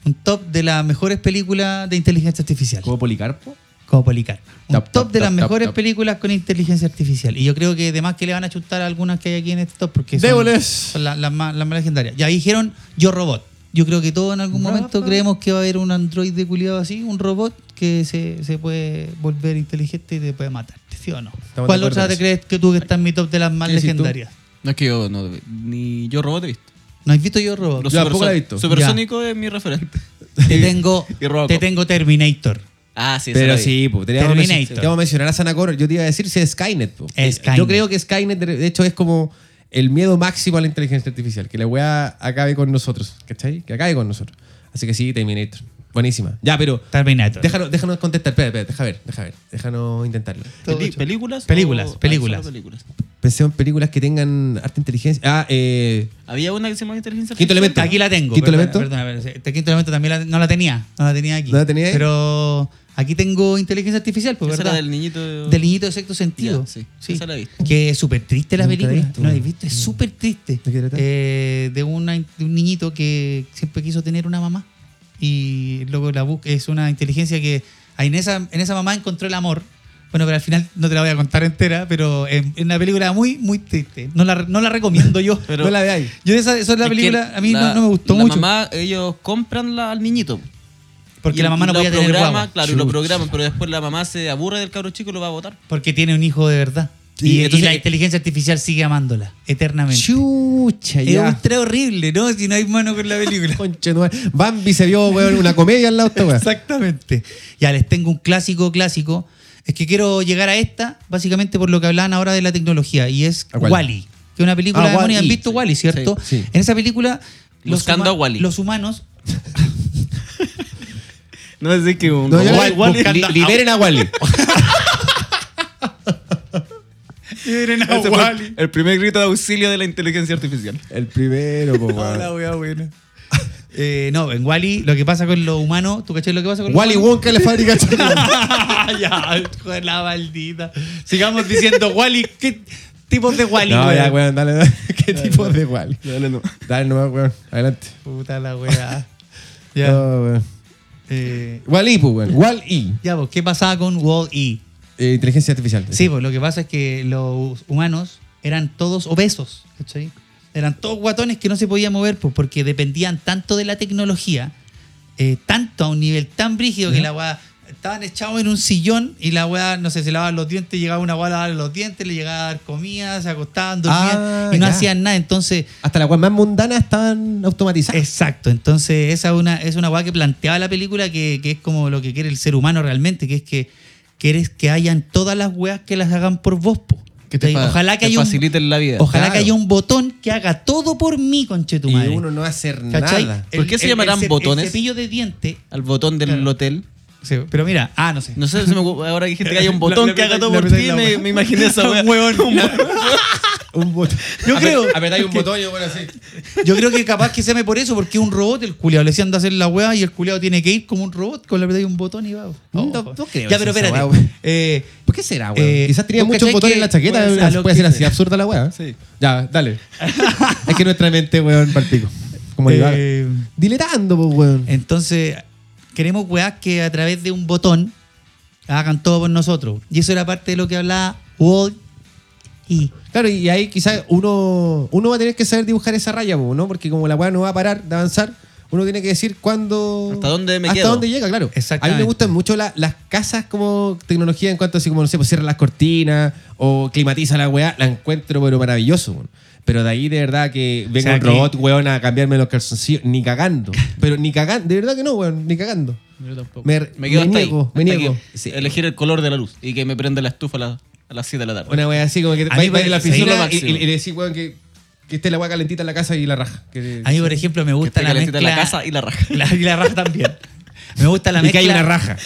Speaker 1: Un top de las mejores películas de inteligencia artificial.
Speaker 2: y- ¿Como Policarpo?
Speaker 1: Como Policarpo. Un
Speaker 2: Top,
Speaker 1: top,
Speaker 2: top,
Speaker 1: de
Speaker 2: top,
Speaker 1: las
Speaker 2: top,
Speaker 1: mejores
Speaker 2: top.
Speaker 1: películas con inteligencia artificial. Y yo creo que además que le van a chutar algunas que hay aquí en este top porque son,
Speaker 2: Déboles.
Speaker 1: son la- las más, las más legendarias. Ya dijeron Yo Robot. Yo creo que todos en algún momento creemos que va a haber un androide culiado así, un robot que se, se puede volver inteligente y te puede matar. ¿Sí o no?
Speaker 2: Estamos
Speaker 1: ¿Cuál
Speaker 2: de acuerdo
Speaker 1: otra
Speaker 2: en
Speaker 1: te
Speaker 2: eso.
Speaker 1: crees que tú que está en mi top de las más
Speaker 2: ¿Qué decís tú?
Speaker 1: legendarias?
Speaker 3: No es que yo no. Ni yo robot he visto.
Speaker 1: ¿No has visto Yo Robot?
Speaker 3: Los
Speaker 2: Yo tampoco
Speaker 3: supersón-
Speaker 2: la he visto.
Speaker 3: Supersónico es mi referente.
Speaker 1: Te tengo,
Speaker 3: y Robocop.
Speaker 1: te tengo Terminator.
Speaker 3: Ah, sí, esa la
Speaker 2: Pero
Speaker 3: vi.
Speaker 2: sí, pues, teníamos
Speaker 1: Terminator.
Speaker 2: mencionar- teníamos mencionar a Sanacor, yo te iba a decir si es Skynet, po.
Speaker 1: Skynet.
Speaker 2: Yo creo que Skynet, de de hecho, es como el miedo máximo a la inteligencia artificial, que la weá acabe con nosotros, ¿cachai? Que acabe con nosotros. Así que sí, Terminator. Buenísima. Ya, pero
Speaker 1: Terminator.
Speaker 2: déjanos, déjanos contestar, espera, espera, deja ver, deja ver, déjanos intentarlo.
Speaker 1: Todo
Speaker 3: Peli-
Speaker 1: hecho.
Speaker 3: ¿Películas?
Speaker 1: Películas,
Speaker 3: o- ah, solo
Speaker 1: películas.
Speaker 3: películas.
Speaker 2: Pensemos en películas que tengan arte inteligencia. Ah, eh.
Speaker 3: Había una que se llama Inteligencia
Speaker 2: Quinto
Speaker 3: Artificial.
Speaker 2: elemento.
Speaker 1: Aquí la tengo.
Speaker 2: ¿Quinto
Speaker 1: perdona,
Speaker 2: elemento?
Speaker 1: perdona, perdona, este quinto elemento también la- no la tenía. No la tenía aquí.
Speaker 2: ¿No la tenía ahí?
Speaker 1: Pero Aquí tengo inteligencia artificial, pues,
Speaker 3: Esa era
Speaker 1: ¿verdad?
Speaker 3: del niñito.
Speaker 1: Del niñito de sexto sentido.
Speaker 3: Ya, sí. Esa la he visto.
Speaker 1: Que es súper triste la
Speaker 2: Nunca he
Speaker 1: película.
Speaker 2: visto,
Speaker 1: no la he
Speaker 2: weón.
Speaker 1: visto, es súper triste.
Speaker 2: ¿De qué trata?
Speaker 1: Eh, de, una- de un niñito que siempre quiso tener una mamá. Y luego la busca. Es una inteligencia que ah, en esa, en esa mamá encontró el amor. Bueno, pero al final no te la voy a contar entera, pero es es una película muy, muy triste. No la, no la recomiendo yo.
Speaker 3: Pero-
Speaker 2: no la veáis.
Speaker 1: Yo esa, esa es la
Speaker 3: Es que
Speaker 1: película, a mí no-
Speaker 3: la-
Speaker 1: no, me gustó
Speaker 3: la
Speaker 1: mucho.
Speaker 3: mamá, ellos compran la- al niñito.
Speaker 1: porque
Speaker 3: Y
Speaker 1: la mamá no
Speaker 3: lo
Speaker 1: podía tener
Speaker 3: programa,
Speaker 1: guagua.
Speaker 3: Claro, y lo programan, pero después la mamá se aburre del cabro chico y lo va a votar.
Speaker 1: Porque tiene un hijo de verdad.
Speaker 2: Sí,
Speaker 1: y, y
Speaker 2: entonces-
Speaker 1: la inteligencia artificial sigue amándola eternamente.
Speaker 2: Chucha,
Speaker 1: Es
Speaker 2: ya.
Speaker 1: ultra horrible, ¿no? Si no hay mano con la película.
Speaker 2: Conche, no. Bambi se vio, weón, una comedia al lado de esta weá.
Speaker 1: Exactamente. Ya les tengo un clásico, clásico. Es que quiero llegar a esta, básicamente por lo que hablaban ahora de la tecnología, y es
Speaker 2: ¿A cuál?
Speaker 1: Wally. Que es una película
Speaker 2: Ah,
Speaker 1: de Moni.
Speaker 2: Wall-E.
Speaker 1: Han visto Wally, ¿cierto?
Speaker 2: sí, sí.
Speaker 1: En esa película.
Speaker 3: Buscando a Wall-E.
Speaker 1: Los humanos.
Speaker 3: No sé que un.
Speaker 2: No, yo la-
Speaker 1: Wall- Wall-
Speaker 2: Li- liberen a Wally.
Speaker 3: Ese fue el- el primer grito de auxilio de la inteligencia artificial.
Speaker 2: El primero, po,
Speaker 1: Hola,
Speaker 2: weón.
Speaker 1: weá, buena. Eh, no, en Wally lo que pasa con los humanos, ¿tú cachai lo que pasa con los
Speaker 2: Wally
Speaker 1: humanos?
Speaker 2: Wonka la fábrica de chocolates.
Speaker 1: ya, joder, la maldita. Sigamos diciendo Wally, ¿qué tipos de Wally?
Speaker 2: No,
Speaker 1: weón?
Speaker 2: ya, weón, dale, dale. ¿Qué tipo de Wally? Dale, no. Dale nomás, weón. Adelante.
Speaker 1: Puta la weá. Ya.
Speaker 2: No, weón.
Speaker 1: eh,
Speaker 2: Wall-E, pues, weón. Wall-E.
Speaker 1: ya, pues, ¿qué pasaba con Wall E?
Speaker 2: Eh, inteligencia artificial.
Speaker 1: Sí, pues lo que pasa es que los humanos eran todos obesos, ¿cachai? Eran todos guatones que no se podían mover pues, porque dependían tanto de la tecnología, eh, tanto a un nivel tan brígido que la weá estaban echados en un sillón y la weá, no sé, se lavaban los dientes, llegaba una weá a lavar los dientes, le llegaba a dar comida, se acostaban, dormían
Speaker 2: Ah,
Speaker 1: y no
Speaker 2: ya.
Speaker 1: hacían nada. Entonces,
Speaker 2: Hasta las weas más mundanas estaban automatizadas.
Speaker 1: Exacto, entonces esa es una, es una weá que planteaba la película que, que es como lo que quiere el ser humano realmente, que es que quieres que hayan todas las weas que las hagan por vos. po.
Speaker 5: Que te,
Speaker 1: ¿Cachai?
Speaker 5: fa-
Speaker 1: ojalá que
Speaker 5: te
Speaker 1: haya un,
Speaker 5: faciliten la vida.
Speaker 1: ojalá que
Speaker 2: Claro.
Speaker 1: haya un botón que haga todo por mí, conche tu
Speaker 2: y
Speaker 1: madre.
Speaker 2: uno no hacer
Speaker 1: eh. ¿Cachai?
Speaker 2: nada.
Speaker 1: El-
Speaker 3: ¿Por qué se
Speaker 1: el-
Speaker 3: llamarán
Speaker 1: el ce-
Speaker 3: botones?
Speaker 1: El cepillo de diente.
Speaker 3: Al botón del
Speaker 1: Claro.
Speaker 3: hotel.
Speaker 1: Sí, pero mira, ah, no sé.
Speaker 3: No sé, se me ocurre- ahora dijiste que hay un
Speaker 1: La-
Speaker 3: botón
Speaker 1: la
Speaker 3: que haga
Speaker 1: verdad-
Speaker 3: todo
Speaker 1: la
Speaker 3: por
Speaker 1: verdad
Speaker 3: ti.
Speaker 1: es la
Speaker 3: Me,
Speaker 1: wea.
Speaker 3: me imaginé esa wea. Un hueón.
Speaker 2: Un botón.
Speaker 1: Yo creo,
Speaker 2: Apretáis un botón y bueno, así.
Speaker 1: yo creo que capaz que se me por eso, porque es un robot el culiado. Le decían de hacer la wea y el culiado tiene que ir como un robot con la verdad y un botón y va.
Speaker 2: No- no creo
Speaker 1: ya, pero
Speaker 2: esa
Speaker 1: espérate.
Speaker 2: wea.
Speaker 1: Eh,
Speaker 2: ¿Por qué será, weón?
Speaker 1: Eh,
Speaker 2: Quizás tenía
Speaker 1: ¿tú
Speaker 2: muchos
Speaker 1: cachai
Speaker 2: botones
Speaker 1: que-
Speaker 2: en la chaqueta.
Speaker 1: pues, a
Speaker 2: Puede,
Speaker 1: lo
Speaker 2: puede
Speaker 1: que-
Speaker 2: ser así, absurda la weá. Sí. Ya, dale. es que nuestra mente, weón, palpico. Como
Speaker 1: Eh,
Speaker 2: divaga. Diletando, pues, weón.
Speaker 1: Entonces, queremos weas que a través de un botón hagan todo por nosotros. Y eso era parte de lo que hablaba Wall y
Speaker 2: Claro, y ahí quizás uno, uno va a tener que saber dibujar esa raya, po, ¿no? Porque como la weá no va a parar de avanzar, uno tiene que decir cuándo.
Speaker 3: ¿Hasta dónde me
Speaker 2: hasta
Speaker 3: quedo?
Speaker 2: dónde llega, claro. A mí
Speaker 1: Exactamente.
Speaker 2: me gustan mucho la- las casas como tecnología en cuanto así como, no sé, pues cierran las cortinas o climatiza la weá, la encuentro, pero maravilloso, weón. Pero de ahí de verdad que venga
Speaker 1: sea,
Speaker 2: un
Speaker 1: que-
Speaker 2: robot, weón, a cambiarme los calzoncillos, ni cagando. Pero ni cagando, de verdad que no, weón, ni cagando.
Speaker 5: Yo tampoco.
Speaker 2: Me,
Speaker 3: Me quedo
Speaker 2: me
Speaker 3: hasta
Speaker 2: niego,
Speaker 3: ahí.
Speaker 2: me
Speaker 3: hasta
Speaker 2: niego.
Speaker 3: que Elegir el color de la luz y que me prenda la estufa a, la- a las 7 de la tarde.
Speaker 2: Una wea así como que
Speaker 1: A
Speaker 2: vais
Speaker 1: mí
Speaker 2: vais a la
Speaker 1: parece-
Speaker 3: ahí lo
Speaker 2: piscina y,
Speaker 3: máximo.
Speaker 2: y- y decís, weón, que, que esté la wea calentita en la casa y la raja. Que-
Speaker 1: A mí, por ejemplo, me
Speaker 3: que
Speaker 1: gusta
Speaker 3: esté
Speaker 1: la
Speaker 3: calentita
Speaker 1: mezcla.
Speaker 3: la casa y la raja.
Speaker 1: La- y la raja también. Me gusta la
Speaker 2: y que
Speaker 1: mezcla.
Speaker 2: hay una raja.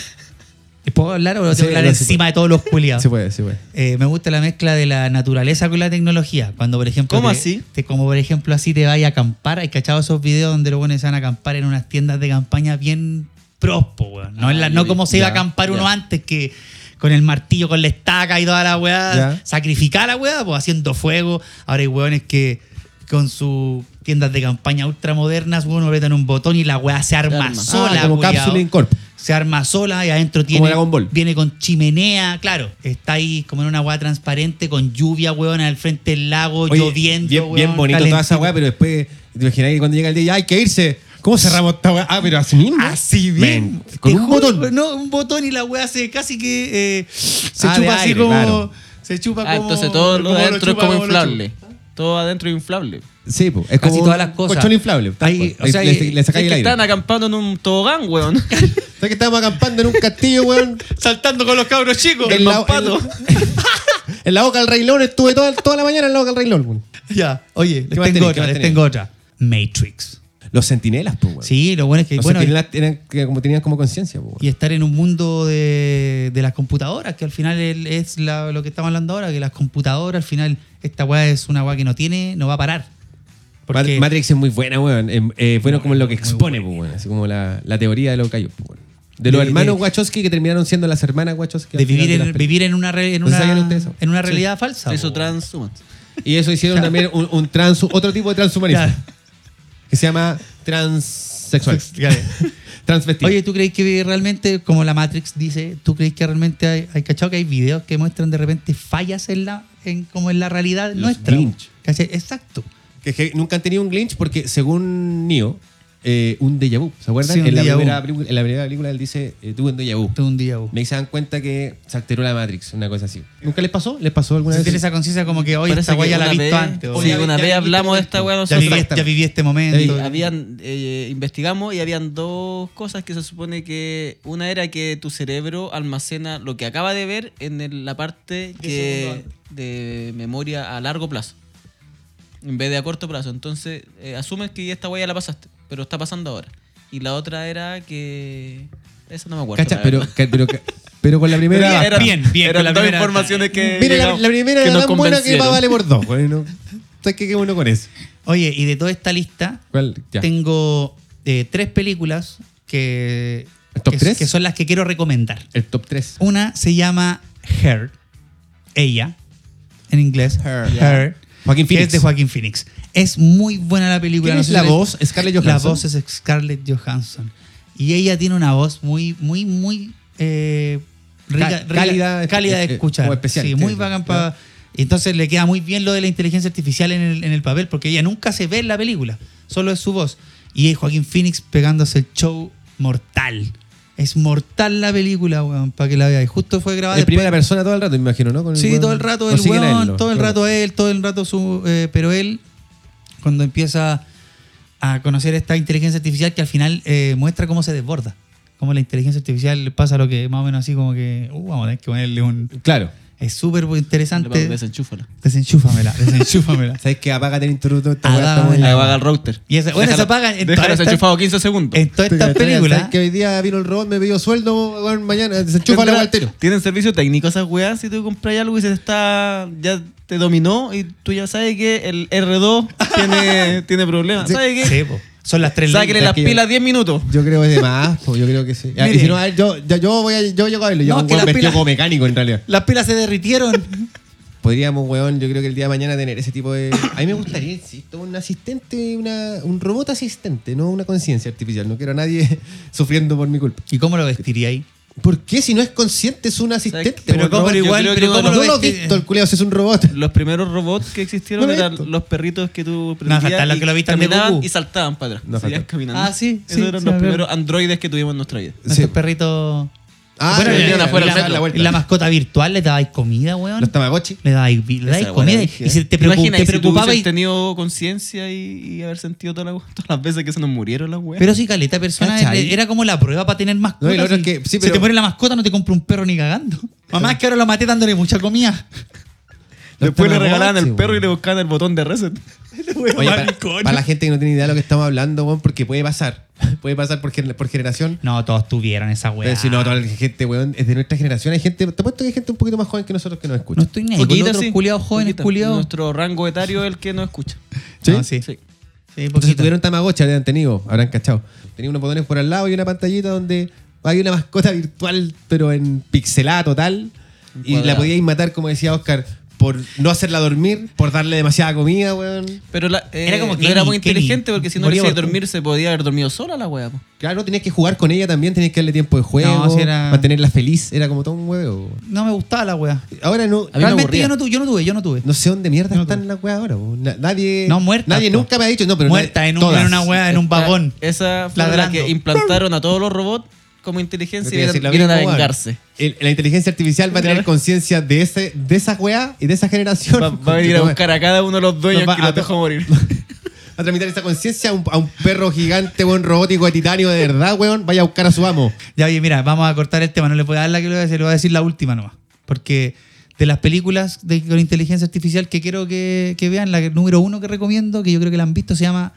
Speaker 1: ¿Puedo hablar o tengo
Speaker 2: Sí,
Speaker 1: que hablar
Speaker 2: no, sí
Speaker 1: encima
Speaker 2: puede.
Speaker 1: de todos los culiados?
Speaker 2: Se puede, se puede.
Speaker 1: Eh, me gusta la mezcla de la naturaleza con la tecnología. Cuando, por ejemplo.
Speaker 3: ¿Cómo
Speaker 1: te-
Speaker 3: así?
Speaker 1: te- como, por ejemplo, así te vayas a acampar. Hay cachado esos videos donde los buenos se van a acampar en unas tiendas de campaña bien prospo, weón. No,
Speaker 3: Ah,
Speaker 1: en la-
Speaker 3: yo
Speaker 1: no
Speaker 3: vi-
Speaker 1: como se iba a
Speaker 2: ya,
Speaker 1: acampar uno
Speaker 3: ya.
Speaker 1: antes que con el martillo, con la estaca y toda la weá.
Speaker 2: Ya.
Speaker 1: Sacrificar a la weá, pues haciendo fuego. Ahora hay weones que con sus tiendas de campaña ultramodernas, weón, apretan un botón y la weá se arma,
Speaker 3: arma. Ah,
Speaker 1: sola,
Speaker 2: Ah, como
Speaker 1: culiao
Speaker 2: cápsula incorp.
Speaker 1: se arma sola y adentro tiene.
Speaker 2: Dragon Ball.
Speaker 1: Viene con chimenea, claro. Está ahí como en una agua transparente, con lluvia, weón, al frente del lago,
Speaker 2: Oye,
Speaker 1: lloviendo,
Speaker 2: Bien,
Speaker 1: weón,
Speaker 2: bien bonito toda esa
Speaker 1: calentito.
Speaker 2: weá, pero después te imagináis que cuando llega el día, ya hay que irse. ¿Cómo cerramos esta weá? Ah, pero así mismo.
Speaker 1: Así bien.
Speaker 2: Men, con
Speaker 1: Te
Speaker 2: un
Speaker 1: juro,
Speaker 2: botón.
Speaker 1: No, un botón y la weá se casi que eh, se
Speaker 2: Ah, de
Speaker 1: chupa así
Speaker 2: aire,
Speaker 1: como.
Speaker 2: claro.
Speaker 1: Se chupa
Speaker 3: Ah,
Speaker 1: como.
Speaker 3: entonces todo lo
Speaker 1: como
Speaker 3: de adentro es
Speaker 1: chupa,
Speaker 3: como
Speaker 1: lo chupa.
Speaker 3: inflable. Todo adentro es inflable.
Speaker 2: Sí, po, es
Speaker 1: Casi
Speaker 2: como
Speaker 1: todas las
Speaker 2: un
Speaker 1: cosas.
Speaker 2: colchón inflable. tal
Speaker 1: Ahí,
Speaker 2: cual.
Speaker 1: o sea,
Speaker 2: le,
Speaker 1: eh,
Speaker 2: le
Speaker 3: Es
Speaker 2: sacáis
Speaker 3: que
Speaker 2: el aire.
Speaker 3: están acampando en un tobogán, weón.
Speaker 2: ¿Sabes que estábamos acampando en un castillo, weón?
Speaker 1: Saltando con los cabros chicos.
Speaker 2: En la- en- En la boca del Rey León estuve toda, toda la mañana en la boca del Rey León, weón.
Speaker 1: Ya, oye, les
Speaker 2: más tenés?
Speaker 1: tengo
Speaker 2: ¿Qué
Speaker 1: otra,
Speaker 2: más
Speaker 1: les
Speaker 2: tenés?
Speaker 1: tengo otra. Matrix.
Speaker 2: Los sentinelas, pues, weón.
Speaker 1: Sí, lo bueno es que.
Speaker 2: Los
Speaker 1: bueno,
Speaker 2: sentinelas eran que como tenían como conciencia, pues, weón.
Speaker 1: y estar en un mundo de, de las computadoras, que al final el- es la- lo que estamos hablando ahora, que las computadoras, al final, esta weá es una weá que no tiene, no va a parar.
Speaker 2: Ma-
Speaker 1: Porque
Speaker 2: Matrix es muy buena, weón. Es, es bueno como lo que expone, pues, weón. Así como la, la teoría de lo que hay, pues, weón. De los
Speaker 1: De-
Speaker 2: hermanos
Speaker 1: de-
Speaker 2: Wachowski que terminaron siendo las hermanas Wachowski.
Speaker 1: de
Speaker 2: al final
Speaker 1: vivir
Speaker 2: las
Speaker 1: en,
Speaker 2: películas.
Speaker 1: vivir en una, re- en
Speaker 2: ¿No sabían
Speaker 1: una,
Speaker 2: ustedes eso?
Speaker 1: en una realidad falsa.
Speaker 3: Eso
Speaker 1: po.
Speaker 3: transhumans.
Speaker 2: Y eso hicieron también un, un trans, otro tipo de transhumanismo.
Speaker 1: Claro.
Speaker 2: Que se llama transexual.
Speaker 1: Claro.
Speaker 2: Transvestido.
Speaker 1: Oye, ¿tú crees que realmente, como la Matrix dice, ¿tú crees que realmente hay, hay cachado que hay videos que muestran de repente fallas en la, en, como en la realidad
Speaker 2: Los
Speaker 1: nuestra?
Speaker 2: glitch.
Speaker 1: ¿Cachai? Exacto.
Speaker 2: que, que nunca han tenido un glitch porque según Neo, eh, un déjà vu, ¿se acuerdan?
Speaker 1: Sí, un
Speaker 2: en, la
Speaker 1: déjà vu.
Speaker 2: primera, película- en la primera película él dice, eh, tuve un déjà vu.
Speaker 1: Esto es un día. vos.
Speaker 2: Me se dan cuenta que se alteró la Matrix, una cosa así. ¿Nunca les pasó? ¿Les pasó alguna
Speaker 1: Si
Speaker 2: vez?
Speaker 1: tienes esa conciencia como que hoy
Speaker 3: Parece
Speaker 1: esta
Speaker 3: que
Speaker 1: guay ya la he
Speaker 3: una
Speaker 1: visto
Speaker 3: vez-
Speaker 1: antes. o
Speaker 3: Sí,
Speaker 1: ya,
Speaker 2: vi-
Speaker 3: una
Speaker 2: ya
Speaker 3: vez
Speaker 2: vi
Speaker 3: hablamos de esta weá
Speaker 1: ya viví,
Speaker 3: nosotros.
Speaker 1: ya viví este momento.
Speaker 2: Sí,
Speaker 3: Habían, eh, investigamos y habían dos cosas que se supone que una era que tu cerebro almacena lo que acaba de ver en el- la parte que de memoria a largo plazo en vez de a corto plazo. Entonces eh, asumes que esta huella la pasaste, pero está pasando ahora. Y la otra era que esa no me acuerdo.
Speaker 2: Cacha,
Speaker 3: la
Speaker 2: pero,
Speaker 3: verdad.
Speaker 2: ca- pero, ca- pero con la primera...
Speaker 1: Pero
Speaker 3: Eran-
Speaker 1: bien, bien,
Speaker 3: Eran
Speaker 1: con la
Speaker 3: dos
Speaker 1: primera-
Speaker 3: informaciones que
Speaker 2: Mira, la,
Speaker 3: digamos,
Speaker 2: la primera
Speaker 3: que
Speaker 2: era
Speaker 3: nos
Speaker 2: tan buena que va
Speaker 3: convencieron.
Speaker 2: vale por dos. Bueno, ¿sabes qué? Qué bueno con eso.
Speaker 1: Oye, y de toda esta lista,
Speaker 2: ¿Cuál? Ya.
Speaker 1: tengo eh, tres películas que,
Speaker 2: ¿El top
Speaker 1: que,
Speaker 2: tres?
Speaker 1: que son las que quiero recomendar.
Speaker 2: El top 3.
Speaker 1: Una se llama Her, ella, en inglés.
Speaker 2: Her.
Speaker 1: Her.
Speaker 2: Joaquín
Speaker 1: que
Speaker 2: Phoenix.
Speaker 1: es de Joaquín Phoenix. Es muy buena la película.
Speaker 2: ¿Quién
Speaker 1: no
Speaker 2: es
Speaker 1: sé
Speaker 2: la
Speaker 1: si-
Speaker 2: voz? ¿Scarlett Johansson?
Speaker 1: La voz es Scarlett Johansson. Y ella tiene una voz muy, muy, muy eh, rica-
Speaker 2: Cá-
Speaker 1: rica-
Speaker 2: cálida,
Speaker 1: cálida
Speaker 2: eh,
Speaker 1: de
Speaker 2: eh,
Speaker 1: escuchar.
Speaker 2: o especial,
Speaker 1: Sí,
Speaker 2: sí,
Speaker 1: muy
Speaker 2: sí,
Speaker 1: bacán pa- Entonces le queda muy bien lo de la inteligencia artificial en el, en el papel, porque ella nunca se ve en la película, solo es su voz. Y es Joaquín Phoenix pegándose el show mortal. Es mortal la película, weón, para que la veáis. Justo fue grabada
Speaker 2: En
Speaker 1: después-
Speaker 2: primera persona todo el rato, me imagino, ¿no? Con el
Speaker 1: Sí,
Speaker 2: weón.
Speaker 1: todo el rato
Speaker 2: Lo
Speaker 1: el
Speaker 2: siguen a él,
Speaker 1: weón,
Speaker 2: ¿no?
Speaker 1: todo el
Speaker 2: Claro.
Speaker 1: rato él, todo el rato su... eh, pero él, cuando empieza a conocer esta inteligencia artificial que al final eh, muestra cómo se desborda. Cómo la inteligencia artificial le pasa lo que más o menos así como que... Uh, vamos a tener que ponerle un...
Speaker 2: Claro.
Speaker 1: Es súper
Speaker 3: Le pongo,
Speaker 1: interesante.
Speaker 3: Desenchúfala.
Speaker 1: Desenchúfamela, desenchúfamela.
Speaker 2: ¿Sabes qué? Apágate el interruptor. esta
Speaker 1: Ah,
Speaker 2: weá está buena.
Speaker 1: dale.
Speaker 3: Ahí va el router.
Speaker 1: Y esa- bueno,
Speaker 3: Déjalo-
Speaker 1: se apaga en todas
Speaker 3: Déjalo
Speaker 1: estas-
Speaker 3: desenchufado 15 segundos.
Speaker 1: en todas
Speaker 2: Tú,
Speaker 1: estas
Speaker 2: ¿cachai?
Speaker 1: películas...
Speaker 2: ¿Sabes que hoy día vino el robot, me pidió sueldo, weón, mañana se enchufa la
Speaker 3: Tendrá-
Speaker 2: altero.
Speaker 3: Tienen servicio técnico esas weas. Si tú compras algo y se te está. Ya te dominó y tú ya sabes que el R2 tiene, tiene problemas.
Speaker 2: Sí.
Speaker 3: ¿Sabes qué?
Speaker 1: Sí, po. son las tres
Speaker 3: Sáquenle
Speaker 1: leyes.
Speaker 3: las
Speaker 2: que-
Speaker 3: pilas 10 minutos.
Speaker 2: Yo creo que es de más, po, yo creo que sí. Ya, y
Speaker 1: Mire.
Speaker 2: si no, a ver, yo, ya- yo voy a, yo llego a verlo. Yo
Speaker 1: No,
Speaker 2: un
Speaker 1: que la
Speaker 2: weón vestido
Speaker 1: pila-
Speaker 2: como mecánico en realidad.
Speaker 1: Las pilas se derritieron.
Speaker 2: Podríamos, weón, yo creo que el día de mañana tener ese tipo de. A mí me gustaría, insisto, un asistente, una, un robot asistente, no una conciencia artificial. No quiero a nadie sufriendo por mi culpa.
Speaker 1: ¿Y cómo lo vestiría ahí?
Speaker 2: ¿Por qué si no es consciente es un asistente?
Speaker 3: Pero
Speaker 2: weón?
Speaker 3: ¿cómo-
Speaker 2: No,
Speaker 3: pero igual- pero
Speaker 2: no,
Speaker 3: cómo
Speaker 2: no
Speaker 1: vestiría?
Speaker 2: lo he visto, el culeado, si es un robot.
Speaker 3: Los primeros robots que existieron
Speaker 2: No lo he
Speaker 3: eran
Speaker 2: visto.
Speaker 3: los perritos que tú
Speaker 1: No, faltan los que lo vistan de
Speaker 3: caminaban
Speaker 1: Goku.
Speaker 3: y saltaban para atrás.
Speaker 2: No,
Speaker 3: Seguían
Speaker 2: faltan.
Speaker 3: caminando.
Speaker 1: Ah, sí,
Speaker 3: Esos
Speaker 1: sí,
Speaker 3: eran
Speaker 1: sí,
Speaker 3: los
Speaker 1: me
Speaker 3: primeros androides que tuvimos en nuestra vida.
Speaker 1: Nuestros
Speaker 2: Sí.
Speaker 1: perritos.
Speaker 2: Ah,
Speaker 1: Bueno,
Speaker 2: que
Speaker 1: y-
Speaker 2: venían
Speaker 1: y
Speaker 2: afuera,
Speaker 1: la,
Speaker 2: se dan la vuelta.
Speaker 1: y la mascota virtual le dabais comida, weón.
Speaker 2: Los Tamagotchi.
Speaker 1: Le dabais, vi- le dabais
Speaker 3: Esa buena
Speaker 1: comida.
Speaker 3: dije.
Speaker 1: Y se te
Speaker 3: ¿Te imaginas?
Speaker 1: preocupa, te
Speaker 3: Y si tú
Speaker 1: preocupaba
Speaker 3: hubieses
Speaker 1: y-
Speaker 3: tenido conciencia y, y haber sentido toda la- todas las veces que se nos murieron las weas.
Speaker 1: Pero sí, caleta persona
Speaker 2: ¿Cachai?
Speaker 1: era- era como la prueba para tener mascotas.
Speaker 2: No, y lo otro
Speaker 1: y
Speaker 2: es que- sí,
Speaker 1: Si
Speaker 2: pero-
Speaker 1: te muere la mascota, no te compro un perro ni cagando. Mamá, es que ahora lo maté dándole mucha comida.
Speaker 3: Después le
Speaker 2: Tamagotchi,
Speaker 3: regalaban el
Speaker 2: weón.
Speaker 3: perro y le buscaban el botón de reset.
Speaker 2: Oye, para,
Speaker 1: Maricón.
Speaker 2: para la gente que no tiene idea de lo que estamos hablando, weón, porque puede pasar. Puede pasar por, gener- por generación.
Speaker 1: No, todos tuvieron esa weá.
Speaker 2: Pero si no, toda la gente, weón, es de nuestra generación. Hay gente, te apuesto que hay gente un poquito más joven que nosotros que nos
Speaker 1: No
Speaker 2: escucha.
Speaker 1: estoy ni ahí con
Speaker 3: Poquita,
Speaker 1: los otros
Speaker 3: sí.
Speaker 1: culiados jóvenes,
Speaker 3: Poquita.
Speaker 1: culiados.
Speaker 3: Nuestro rango etario es el que no escucha.
Speaker 2: ¿Sí?
Speaker 1: No, sí.
Speaker 3: Sí.
Speaker 1: Sí,
Speaker 2: Entonces
Speaker 1: poquita.
Speaker 2: tuvieron Tamagotchi, habrían tenido, habrán cachado. Tenía unos botones por al lado y una pantallita donde hay una mascota virtual, pero en pixelada total. Y la
Speaker 3: Encuadrada.
Speaker 2: podíais matar, como decía Oscar, por no hacerla dormir, por darle demasiada comida, weón.
Speaker 3: Pero la- eh,
Speaker 1: Era como
Speaker 3: no
Speaker 1: Kenny,
Speaker 3: era muy
Speaker 1: Kenny.
Speaker 3: inteligente porque si no le
Speaker 1: Moría
Speaker 3: hacía
Speaker 1: por-
Speaker 3: dormir se podía haber dormido sola la wea. po.
Speaker 2: Claro, tenías que jugar con ella también, tenías que darle tiempo de juego,
Speaker 1: No, si era-
Speaker 2: mantenerla feliz, era como todo un huevo.
Speaker 1: No me gustaba la weá.
Speaker 2: Ahora no,
Speaker 3: A mí me
Speaker 1: Realmente
Speaker 3: aburría.
Speaker 1: yo no, tuve, yo no tuve, yo no tuve.
Speaker 2: no sé dónde mierda
Speaker 1: No,
Speaker 2: están las weas ahora. po. Na- nadie,
Speaker 1: No, muertas,
Speaker 2: nadie
Speaker 1: po.
Speaker 2: nunca me ha dicho, no, pero
Speaker 1: Muerta
Speaker 2: nadie-
Speaker 1: en, un-
Speaker 2: todas.
Speaker 1: en una weá, Ah, en un
Speaker 3: Esta-
Speaker 1: vagón.
Speaker 3: Esa fue la
Speaker 1: Ladrando.
Speaker 3: que implantaron a todos los robots como inteligencia y
Speaker 2: Yo te iba a decir lo
Speaker 3: vienen vienen a
Speaker 2: mismo, weón.
Speaker 3: vengarse.
Speaker 2: El- la inteligencia artificial va a tener
Speaker 3: Claro.
Speaker 2: conciencia de ese, de esa weá y de esa generación.
Speaker 3: Va, va a venir a buscar a cada uno de los dueños
Speaker 2: Nos va
Speaker 3: que
Speaker 2: a
Speaker 3: los
Speaker 2: to-
Speaker 3: dejó morir.
Speaker 2: Va a tramitar esa conciencia a, un- a un perro gigante, weón, robótico de titanio, de verdad, weón. Vaya a buscar a su amo.
Speaker 1: Ya, oye, mira, vamos a cortar el tema. No le puedo dar la que le voy a decir, le voy a decir la última nomás. Porque de las películas de, con inteligencia artificial que quiero que, que vean, la que- número uno que recomiendo, que yo creo que la han visto, se llama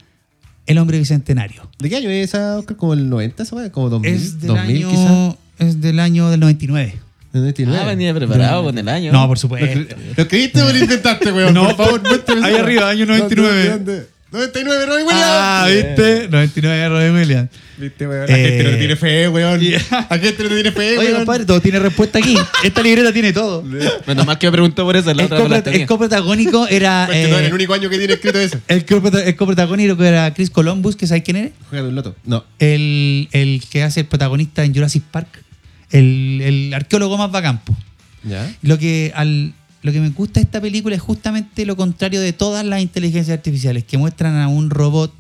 Speaker 1: El Hombre Bicentenario.
Speaker 2: ¿De qué año es esa, Oscar? ¿Como el 90, esa weá? ¿Como 2000?
Speaker 1: Es del,
Speaker 2: 2000
Speaker 1: año,
Speaker 2: quizás.
Speaker 1: es del año del 99.
Speaker 2: ¿El 99?
Speaker 3: Ah, venía preparado con el año.
Speaker 1: No, por
Speaker 2: Lo
Speaker 1: supuesto.
Speaker 2: cre- ¿Lo creíste o lo intentaste, weón?
Speaker 1: No,
Speaker 2: por favor, muéstrame
Speaker 1: ahí
Speaker 2: esa weá.
Speaker 1: arriba, año 99.
Speaker 2: ¿Dónde, dónde? 99 Robin Williams.
Speaker 1: Ah, ¿viste? 99 de Robin Williams.
Speaker 2: Viste, weón. La gente no
Speaker 1: Eh.
Speaker 2: le tiene fe, weón.
Speaker 1: Yeah.
Speaker 2: La gente no le tiene fe,
Speaker 1: Oye,
Speaker 2: weón.
Speaker 1: compadre, todo tiene respuesta aquí. Esta libreta tiene todo.
Speaker 3: Menos mal que me preguntó por eso, la
Speaker 1: El,
Speaker 3: otra no la
Speaker 1: copro-
Speaker 3: tenía.
Speaker 1: el coprotagónico era.
Speaker 2: Porque no
Speaker 1: eh,
Speaker 2: era el único año Pues que tiene escrito eso.
Speaker 1: el, coprota- el coprotagónico era Chris Columbus, que sabes quién era.
Speaker 2: Jugando un loto. No.
Speaker 1: El, el que hace el protagonista en Jurassic Park. El, el arqueólogo más vacampo.
Speaker 2: ¿Ya?
Speaker 1: Lo que, al, lo que me gusta de esta película es justamente lo contrario de todas las inteligencias artificiales, que muestran a un robot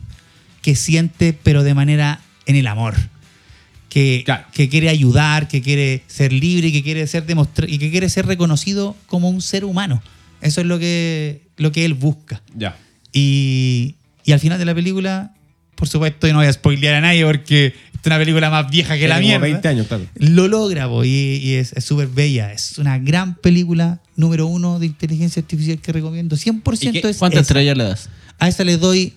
Speaker 1: que siente, pero de manera en el amor. Que,
Speaker 2: Claro.
Speaker 1: que quiere ayudar, que quiere ser libre, y que quiere ser demostra- y que quiere ser reconocido como un ser humano. Eso es lo que, lo que él busca.
Speaker 2: Ya.
Speaker 1: Y, y al final de la película, por supuesto, y no voy a spoilear a nadie porque es una película más vieja que
Speaker 2: Tiene
Speaker 1: la
Speaker 2: como
Speaker 1: mierda
Speaker 2: 20 años, claro.
Speaker 1: lo logra po, y, y es es súper bella. Es una gran película número uno de inteligencia artificial que recomiendo. 100%
Speaker 3: ¿Y qué-
Speaker 1: es
Speaker 3: ¿Cuántas
Speaker 1: esa.
Speaker 3: estrellas le das?
Speaker 1: A esa le doy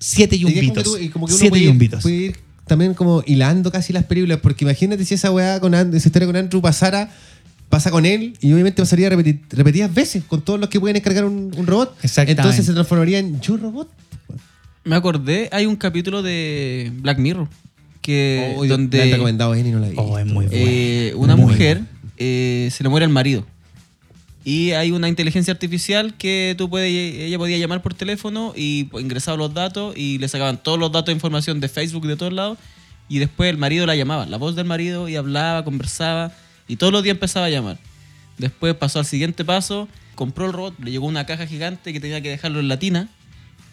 Speaker 1: 7
Speaker 2: Y es como que
Speaker 1: yumbitos.
Speaker 2: tú- y como que uno
Speaker 1: 7
Speaker 2: puede ir-
Speaker 1: yumbitos.
Speaker 2: puede ir también como hilando casi las películas, porque imagínate si esa weá con And- esa historia con Andrew pasara, pasa con él, y obviamente pasaría repeti- repetidas veces con todos los que pueden descargar un, un robot.
Speaker 1: Exactamente.
Speaker 2: Entonces se transformaría en yo robot.
Speaker 3: Me acordé, hay un capítulo de Black Mirror que
Speaker 2: Oh, me han
Speaker 3: Eh, donde
Speaker 2: recomendado N y no la vi.
Speaker 1: Oh, es muy buena.
Speaker 3: eh, una
Speaker 1: Muy
Speaker 3: mujer eh, se le muere al marido y hay una inteligencia artificial que tú puedes ella podía llamar por teléfono y pues, ingresaba los datos y le sacaban todos los datos de información de Facebook de todos lados y después el marido la llamaba, la voz del marido y hablaba, conversaba y todos los días empezaba a llamar. Después pasó al siguiente paso, compró el robot, le llegó una caja gigante que tenía que dejarlo en la tina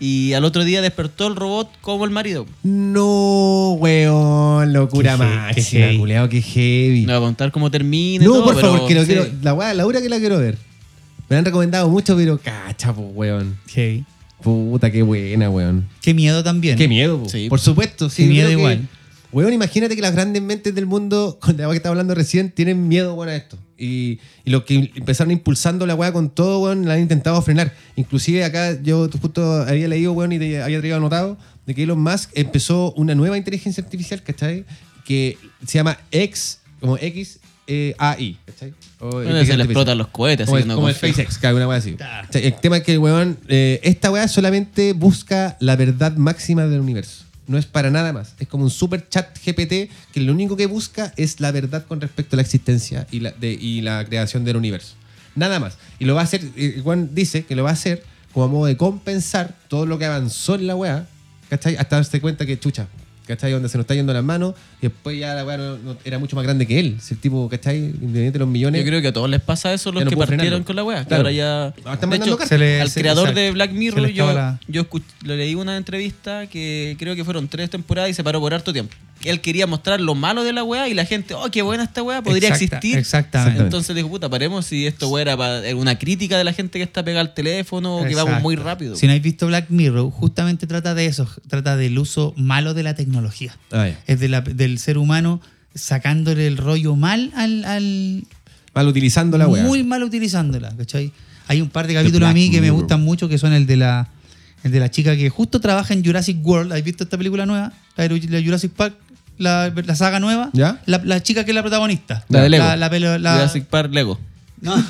Speaker 3: y al otro día despertó el robot como el marido.
Speaker 2: No, weón, locura
Speaker 1: Qué he- qué
Speaker 2: máxima,
Speaker 1: heavy.
Speaker 2: culeado, qué heavy.
Speaker 3: No voy a contar cómo termina. y
Speaker 2: No,
Speaker 3: todo,
Speaker 2: por favor,
Speaker 3: pero
Speaker 2: que lo
Speaker 3: sí.
Speaker 2: quiero. La weá, la hora que la quiero ver. Me la han recomendado mucho, pero cacha, po, weón.
Speaker 1: Ok.
Speaker 2: Puta, qué buena, weón.
Speaker 1: Qué miedo también.
Speaker 2: Qué miedo, po.
Speaker 3: Sí.
Speaker 2: por supuesto. Sí,
Speaker 1: Qué miedo
Speaker 2: creo que-
Speaker 1: igual.
Speaker 2: Weón, imagínate que las grandes mentes del mundo, con la weá que estaba hablando recién, tienen miedo, weón, a esto. Y, y los que empezaron impulsando la weá con todo, weón, la han intentado frenar. Inclusive acá yo justo había leído, weón, y te había traído anotado, de que Elon Musk empezó una nueva inteligencia artificial, ¿cachai? Que se llama X, como X, eh, AI, ¿cachai? O
Speaker 3: Bueno,
Speaker 2: inteligencia
Speaker 3: se le
Speaker 2: artificial.
Speaker 3: explotan los cohetes.
Speaker 2: Como,
Speaker 3: así
Speaker 2: el,
Speaker 3: que no
Speaker 2: como el
Speaker 3: confío.
Speaker 2: SpaceX, que alguna weá así.
Speaker 1: Ah.
Speaker 2: O sea, el tema es que, weón, eh, esta weá solamente busca la verdad máxima del universo. No es para nada más. Es como un super chat GPT que lo único que busca es la verdad con respecto a la existencia y la, de- y la creación del universo. Nada más. Y lo va a hacer, eh, Juan dice que lo va a hacer como a modo de compensar todo lo que avanzó en la weá, ¿cachai? Hasta darse cuenta que chucha, ¿cachai? Donde se nos está yendo las manos y después ya la weá no- no- era mucho más grande que él. Si el tipo, ¿cachai? Independiente de los millones.
Speaker 3: Yo creo que a todos les pasa eso los
Speaker 2: Ya no
Speaker 3: que
Speaker 2: puedo
Speaker 3: partieron
Speaker 2: frenarlo.
Speaker 3: con la wea. que
Speaker 2: Claro.
Speaker 3: Ahora ya.
Speaker 2: Ah, están
Speaker 3: de
Speaker 2: mandando
Speaker 3: hecho,
Speaker 2: cartas.
Speaker 1: Se le-
Speaker 3: al
Speaker 1: se-
Speaker 3: creador
Speaker 1: exacto.
Speaker 3: de Black
Speaker 1: Se
Speaker 3: Mirror,
Speaker 1: le
Speaker 3: yo,
Speaker 1: acaba la-
Speaker 3: yo escuch- le leí una entrevista que creo que fueron tres temporadas y se paró por harto tiempo. Él quería mostrar lo malo de la wea y la gente, oh, qué buena esta wea, podría
Speaker 1: Exacta-
Speaker 3: existir.
Speaker 1: Exactamente.
Speaker 3: Entonces dijo, puta, paremos si esto wea era pa- era una crítica de la gente que está pegada al teléfono o que vamos
Speaker 1: Exacto.
Speaker 3: muy rápido.
Speaker 1: Si no has visto Black Mirror, justamente trata de eso. Trata del uso malo de la tecnología.
Speaker 2: Ah, ya.
Speaker 1: Es de la- del ser humano sacándole el rollo mal al- al,
Speaker 2: Mal utilizando la weá.
Speaker 1: Muy mal utilizándola, ¿cachai? Hay un par de capítulos a mí que me gustan mucho, que son el de la el de la chica que justo trabaja en Jurassic World. ¿Has visto esta película nueva? La de la Jurassic Park, la, la saga nueva.
Speaker 2: ¿Ya?
Speaker 1: La, la chica que es la protagonista.
Speaker 3: La de Lego.
Speaker 1: La, la pelo- la-
Speaker 3: Jurassic Park Lego.
Speaker 1: no.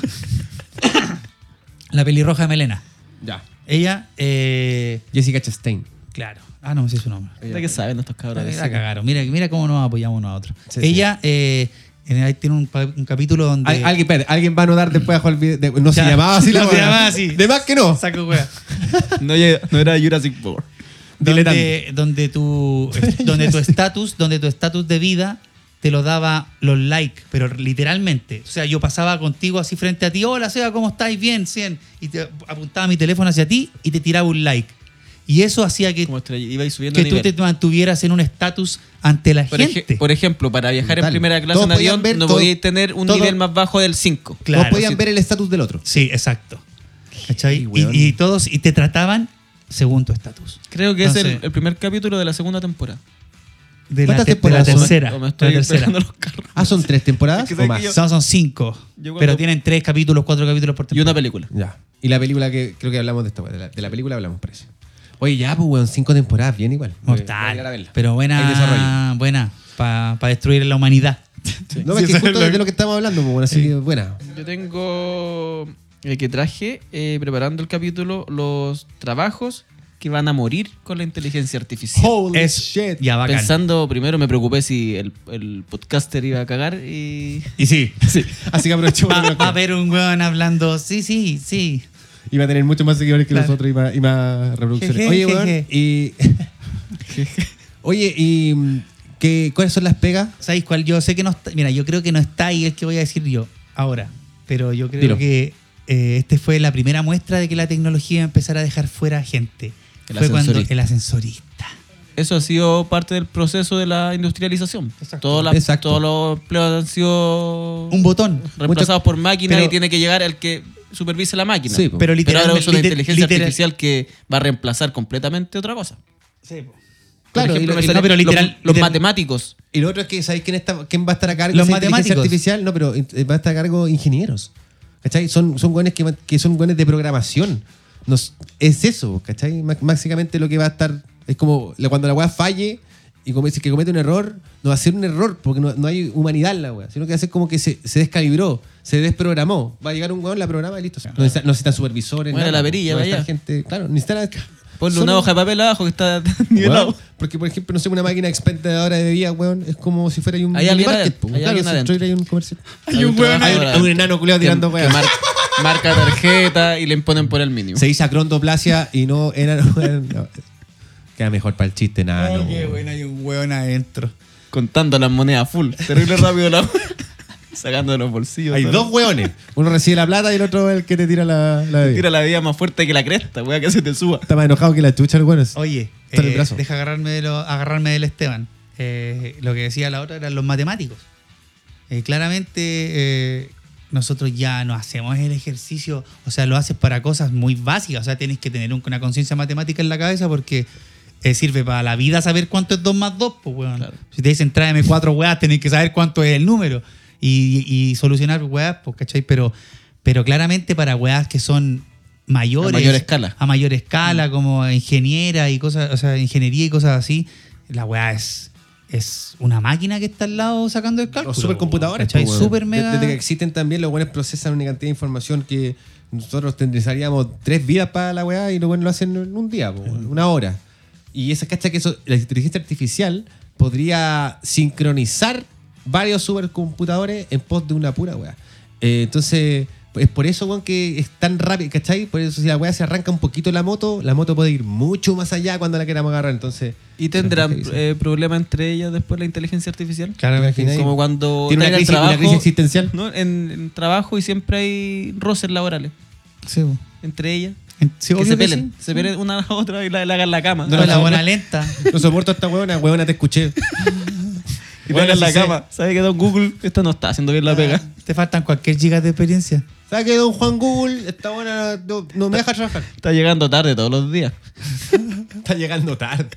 Speaker 1: La pelirroja de Melena.
Speaker 2: Ya.
Speaker 1: Ella, eh,
Speaker 2: Jessica Chastain.
Speaker 1: claro. Ah, no me sé su nombre.
Speaker 3: ¿Qué saben estos cabros?
Speaker 1: La cagaron. Mira, mira cómo nos apoyamos unos a otros.
Speaker 2: Sí, sí.
Speaker 1: Ella eh, en- ahí tiene un, pa- un capítulo donde.
Speaker 2: Al- alguien, espérate, alguien va a anotar después a Juan Vide- de- No se
Speaker 1: Ya.
Speaker 2: llamaba así la
Speaker 1: No se
Speaker 2: weá.
Speaker 1: llamaba así.
Speaker 2: De más que no.
Speaker 1: Saco wea.
Speaker 3: No, llega- no era Jurassic Park.
Speaker 2: Dile
Speaker 1: donde, donde tu donde tu estatus donde tu estatus de vida te lo daba los likes pero literalmente o sea yo pasaba contigo así frente a ti hola Seba cómo estáis bien 100 y te apuntaba mi teléfono hacia ti y te tiraba un like y eso hacía que,
Speaker 3: Como estrella, Pues, iba y subiendo
Speaker 1: que
Speaker 3: nivel.
Speaker 1: tú te mantuvieras en un estatus ante la
Speaker 3: Por,
Speaker 1: gente
Speaker 3: ej- por ejemplo, para viajar
Speaker 2: Brutal.
Speaker 3: en primera clase
Speaker 2: Todos
Speaker 3: en
Speaker 2: podían
Speaker 3: avión
Speaker 2: ver
Speaker 3: no
Speaker 2: todo-
Speaker 3: podíais tener un
Speaker 2: todo-
Speaker 3: nivel más bajo del 5.
Speaker 1: Claro,
Speaker 2: Todos podían
Speaker 1: sí.
Speaker 2: ver el estatus del otro.
Speaker 1: sí exacto ¿Cachai?
Speaker 2: Sí,
Speaker 1: y,
Speaker 2: weón.
Speaker 1: y todos y te trataban según tu estatus
Speaker 3: Creo que es
Speaker 1: Entonces-
Speaker 3: el, el primer capítulo de la segunda temporada.
Speaker 1: de, la
Speaker 2: ¿Cuántas
Speaker 1: te- de la
Speaker 2: temporadas son?
Speaker 1: tercera
Speaker 3: O
Speaker 1: de
Speaker 3: me
Speaker 1: la
Speaker 3: estoy
Speaker 1: tercera
Speaker 3: pegando los carros.
Speaker 2: Ah, son tres temporadas
Speaker 3: Es que
Speaker 2: o
Speaker 3: sabes
Speaker 2: más.
Speaker 3: que yo-
Speaker 1: Son, son cinco
Speaker 3: Yo cuando-
Speaker 1: pero tienen tres capítulos cuatro capítulos por
Speaker 3: Y
Speaker 1: temporada
Speaker 3: una película.
Speaker 2: Ya. Y la película que creo que hablamos de esta weá, De la, de la película hablamos, parece. Oye, ya, pues, weón, cinco temporadas, bien igual. Voy a llegar a
Speaker 1: Mortal.
Speaker 2: verla.
Speaker 1: Pero
Speaker 2: Hay desarrollo.
Speaker 1: buena, buena. Para destruir la humanidad.
Speaker 2: No, es que justo de lo que estamos hablando, pues, bueno, así que buena.
Speaker 3: Yo eh, tengo el que traje eh, preparando el capítulo los trabajos que van a morir con la inteligencia artificial.
Speaker 2: Holy
Speaker 1: Es-
Speaker 2: shit.
Speaker 1: Ya, bacán.
Speaker 3: Pensando primero me preocupé si el, el podcaster iba a cagar y...
Speaker 1: Y sí.
Speaker 3: Sí.
Speaker 2: Así que aprovecho
Speaker 1: Va,
Speaker 2: bueno,
Speaker 1: va a haber un weón hablando, sí, sí, sí.
Speaker 2: Iba a tener muchos más seguidores que
Speaker 1: Claro.
Speaker 2: nosotros y más, y más reproducciones.
Speaker 1: Jeje,
Speaker 2: Oye,
Speaker 1: jeje.
Speaker 2: weón, y. Oye, y. mm, ¿qué, ¿Cuáles son las pegas?
Speaker 1: ¿Sabéis cuál? Yo sé que no está. Mira, yo creo que no está ahí el que voy a decir yo ahora. Pero yo creo
Speaker 2: Dilo.
Speaker 1: que eh, este fue la primera muestra de que la tecnología iba a empezar a dejar fuera gente.
Speaker 3: El
Speaker 1: fue cuando
Speaker 3: ascensorista.
Speaker 1: el ascensorista.
Speaker 3: Eso ha sido parte del proceso de la industrialización.
Speaker 1: Exacto.
Speaker 3: Todos las-
Speaker 2: Exacto.
Speaker 3: todos los empleos han sido
Speaker 1: Un botón.
Speaker 3: reemplazados por máquinas
Speaker 1: pero-
Speaker 3: y tiene que llegar el que supervise la máquina.
Speaker 2: Sí, po.
Speaker 1: Pero
Speaker 3: pero ahora
Speaker 1: literalmente.
Speaker 3: es una
Speaker 1: liter-
Speaker 3: inteligencia
Speaker 1: literal-
Speaker 3: artificial que va a reemplazar completamente otra cosa.
Speaker 1: Sí, po.
Speaker 3: Por
Speaker 2: Claro,
Speaker 3: ejemplo,
Speaker 2: y,
Speaker 3: me
Speaker 2: lo, y
Speaker 1: sale-
Speaker 3: salen
Speaker 1: no, pero
Speaker 3: los-
Speaker 1: literal-
Speaker 3: los,
Speaker 1: literal-
Speaker 3: matemáticos.
Speaker 2: y lo otro es que, ¿sabéis quién, está, quién va a estar a cargo
Speaker 1: Los
Speaker 2: de esa inteligencia
Speaker 1: matemáticos.
Speaker 2: artificial? No, pero eh, va a estar a cargo ingenieros. ¿Cachai? Son, son güeyes que, van- que son güeyes de programación. Nos, es eso, ¿cachai? Má- Básicamente lo que va a estar. Es como la- cuando la weá falle y como dices que comete un error, no va a ser un error porque no, no hay humanidad en la weá, sino que va a ser como que se, se descalibró, se desprogramó. Va a llegar un weón, la programa y listo. No, necesita- no necesitan supervisores,
Speaker 3: Muere
Speaker 2: nada,
Speaker 3: la perilla,
Speaker 2: no va a
Speaker 3: vaya.
Speaker 2: estar gente. Claro, necesitan.
Speaker 3: Ponle
Speaker 2: solo-
Speaker 3: una hoja de papel abajo que está
Speaker 2: Weón,
Speaker 3: nivelado.
Speaker 2: porque, por ejemplo, no sé, una máquina expendedora de día, weón, es como si fuera ahí un
Speaker 3: Hay alguien
Speaker 2: minimarket,
Speaker 3: adentro,
Speaker 2: po.
Speaker 3: hay alguien
Speaker 2: si
Speaker 3: adentro.
Speaker 2: trailer hay un comercial.
Speaker 3: Hay un weón
Speaker 2: Hay
Speaker 3: ahí.
Speaker 2: un, hay un enano culeado
Speaker 3: Que-
Speaker 2: tirando,
Speaker 3: que
Speaker 2: weón.
Speaker 3: mar- marca tarjeta y le imponen por el mínimo.
Speaker 2: Se dice acrondoplasia y no enano, weón. No. Queda mejor para el chiste, enano.
Speaker 1: hay un weón adentro.
Speaker 3: Contando las monedas full. Terrible rápido la Sacando de los bolsillos.
Speaker 2: Hay
Speaker 3: todo.
Speaker 2: dos weones. Uno recibe la plata y el otro es el que te tira la, la bebida.
Speaker 3: Tira la vida más fuerte que la cresta, weá, que se te suba.
Speaker 2: Está más enojado que la chucha el weón.
Speaker 1: Oye,
Speaker 2: Está en el
Speaker 1: eh,
Speaker 2: brazo.
Speaker 1: deja agarrarme, de lo- agarrarme del Esteban. Eh, lo que decía la otra eran los matemáticos. Eh, claramente eh, nosotros ya no hacemos el ejercicio, o sea, lo haces para cosas muy básicas, o sea, tienes que tener un- una conciencia matemática en la cabeza porque eh, sirve para la vida saber cuánto es 2 más 2, pues, weón.
Speaker 3: Claro.
Speaker 1: Si te dicen tráeme cuatro weas, tenés que saber cuánto es el número y, y solucionar weas, pues, ¿cachai? Pero, pero claramente para weas que son mayores.
Speaker 3: A mayor escala. Mm.
Speaker 1: A mayor escala, como ingeniera y cosas, o sea, ingeniería y cosas así, la weá es, es una máquina que está al lado sacando el cálculo.
Speaker 2: Los supercomputadores.
Speaker 1: ¿cachai?
Speaker 2: po, pues, weón.
Speaker 1: Super mega.
Speaker 2: De- Desde que existen también, los buenos procesan una cantidad de información que nosotros necesitaríamos tres vidas para la weá y los buenos lo hacen en un día, po, weón, una hora. Y esa cacha que eso, la inteligencia artificial podría sincronizar varios supercomputadores en pos de una pura weá. Eh, entonces, es por eso, weón, que es tan rápido, ¿cachai? Por eso, si la weá se arranca un poquito la moto, la moto puede ir mucho más allá cuando la queramos agarrar. Entonces,
Speaker 3: Y tendrán
Speaker 2: Artificial.
Speaker 3: eh, problemas entre ellas después la inteligencia artificial.
Speaker 2: Claro,
Speaker 3: Es Como cuando
Speaker 2: Tiene una
Speaker 3: estás en el
Speaker 2: crisis, una crisis existencial.
Speaker 3: ¿no? en, en trabajo y siempre hay roces laborales
Speaker 1: Sí, po.
Speaker 3: entre ellas.
Speaker 1: En- sí,
Speaker 3: que
Speaker 1: obvio
Speaker 3: se
Speaker 1: que
Speaker 3: pelen,
Speaker 1: sí.
Speaker 3: se pelen una a la otra y la, la hagan la cama.
Speaker 1: No,
Speaker 2: No,
Speaker 1: la
Speaker 2: no,
Speaker 1: buena
Speaker 2: no.
Speaker 1: lenta.
Speaker 2: No soporto a esta weona, weona, te escuché.
Speaker 3: y la hagan
Speaker 2: Bueno,
Speaker 3: la
Speaker 2: sí sé.
Speaker 3: cama. ¿Sabes que Don Google esto no está haciendo
Speaker 1: Ah.
Speaker 3: bien la pega?
Speaker 1: Te faltan cualquier giga de experiencia.
Speaker 2: ¿Sabes que don Juan Google, esta buena no, no me deja trabajar?
Speaker 3: Está llegando tarde todos los días.
Speaker 2: Está llegando tarde.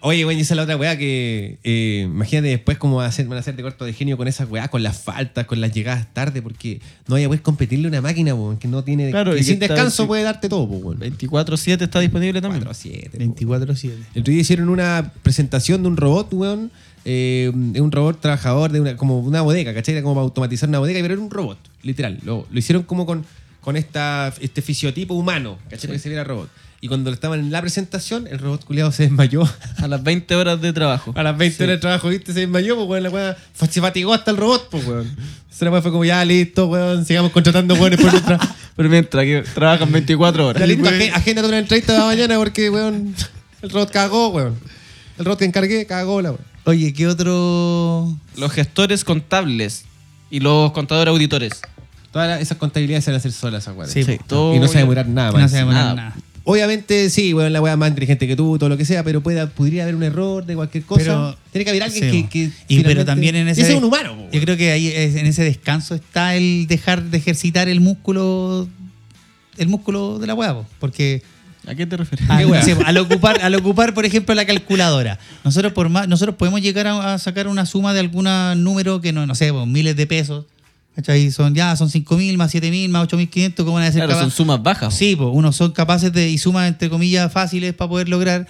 Speaker 2: Oye, güey, esa es la otra weá que. eh, imagínate después cómo van a, hacer, van a hacer de corto de genio con esas weá, con las faltas, con las llegadas tarde, porque no vaya a poder competirle a una máquina, weón, que no tiene.
Speaker 3: Claro,
Speaker 2: que
Speaker 3: y que
Speaker 2: sin
Speaker 3: está-
Speaker 2: descanso
Speaker 3: sí.
Speaker 2: puede darte todo, po, weón.
Speaker 3: 24-7 está disponible también. pues.
Speaker 2: 4-7, po.
Speaker 1: 24-7.
Speaker 2: El otro día hicieron una presentación de un robot, weón. eh, de un robot trabajador de una, como una bodega, ¿cachai? Era como para automatizar una bodega, pero era un robot, literal. Lo, lo hicieron como con, con esta, este fisiotipo humano, ¿cachai? Para que se viera robot. Y cuando estaban en la presentación, el robot culiado se desmayó.
Speaker 3: A las 20 horas de trabajo.
Speaker 2: A las 20 horas de trabajo, ¿viste? Se desmayó, pues, weón. La weá fa- se fatigó hasta el robot,
Speaker 1: Oh,
Speaker 2: pues, weón. Entonces la weá fue como, ya listo, weón. Sigamos contratando, weón. Después de tra-
Speaker 3: Pero mientras que trabajan 24
Speaker 2: ya
Speaker 3: horas.
Speaker 2: listo, agen- agéndate una entrevista de la mañana porque, weón, el robot cagó, weón. El robot que encargué cagó la weón.
Speaker 1: Oye, ¿qué otro.?
Speaker 3: Los gestores contables y los contadores auditores.
Speaker 2: Todas las- esas contabilidades se van a hacer solas, esas weas.
Speaker 1: Sí,
Speaker 3: Sí,
Speaker 1: po.
Speaker 3: todo-
Speaker 2: Y no se va a demorar nada
Speaker 1: no
Speaker 2: más.
Speaker 1: se
Speaker 3: nada.
Speaker 1: nada. nada.
Speaker 2: Obviamente, sí, bueno, la wea más inteligente que tú, todo lo que sea, pero pueda, podría haber un error de cualquier cosa.
Speaker 1: Pero-
Speaker 2: Tiene que haber alguien
Speaker 1: Sí,
Speaker 2: que,
Speaker 1: po.
Speaker 2: que
Speaker 1: y pero
Speaker 2: finalmente-
Speaker 1: también en ese.
Speaker 2: Ese es un humano, po,
Speaker 1: Yo creo que ahí es- en ese descanso está el dejar de ejercitar el músculo. El músculo de la hueá, po. porque.
Speaker 3: ¿A qué te refieres?
Speaker 1: Ah,
Speaker 2: ¿Qué wea?
Speaker 1: sí, al, ocupar, al ocupar, por ejemplo, la calculadora. Nosotros, por más, nosotros podemos llegar a, a sacar una suma de algún número que no, no sé, pues, miles de pesos. ¿Cachai? Son ya, son 5.000 más 7.000 más 8.500. ¿Cómo van a decir
Speaker 3: Claro, son
Speaker 1: capaz?
Speaker 3: sumas bajas.
Speaker 1: Sí, pues, unos son capaces de, y sumas entre comillas fáciles para poder lograr.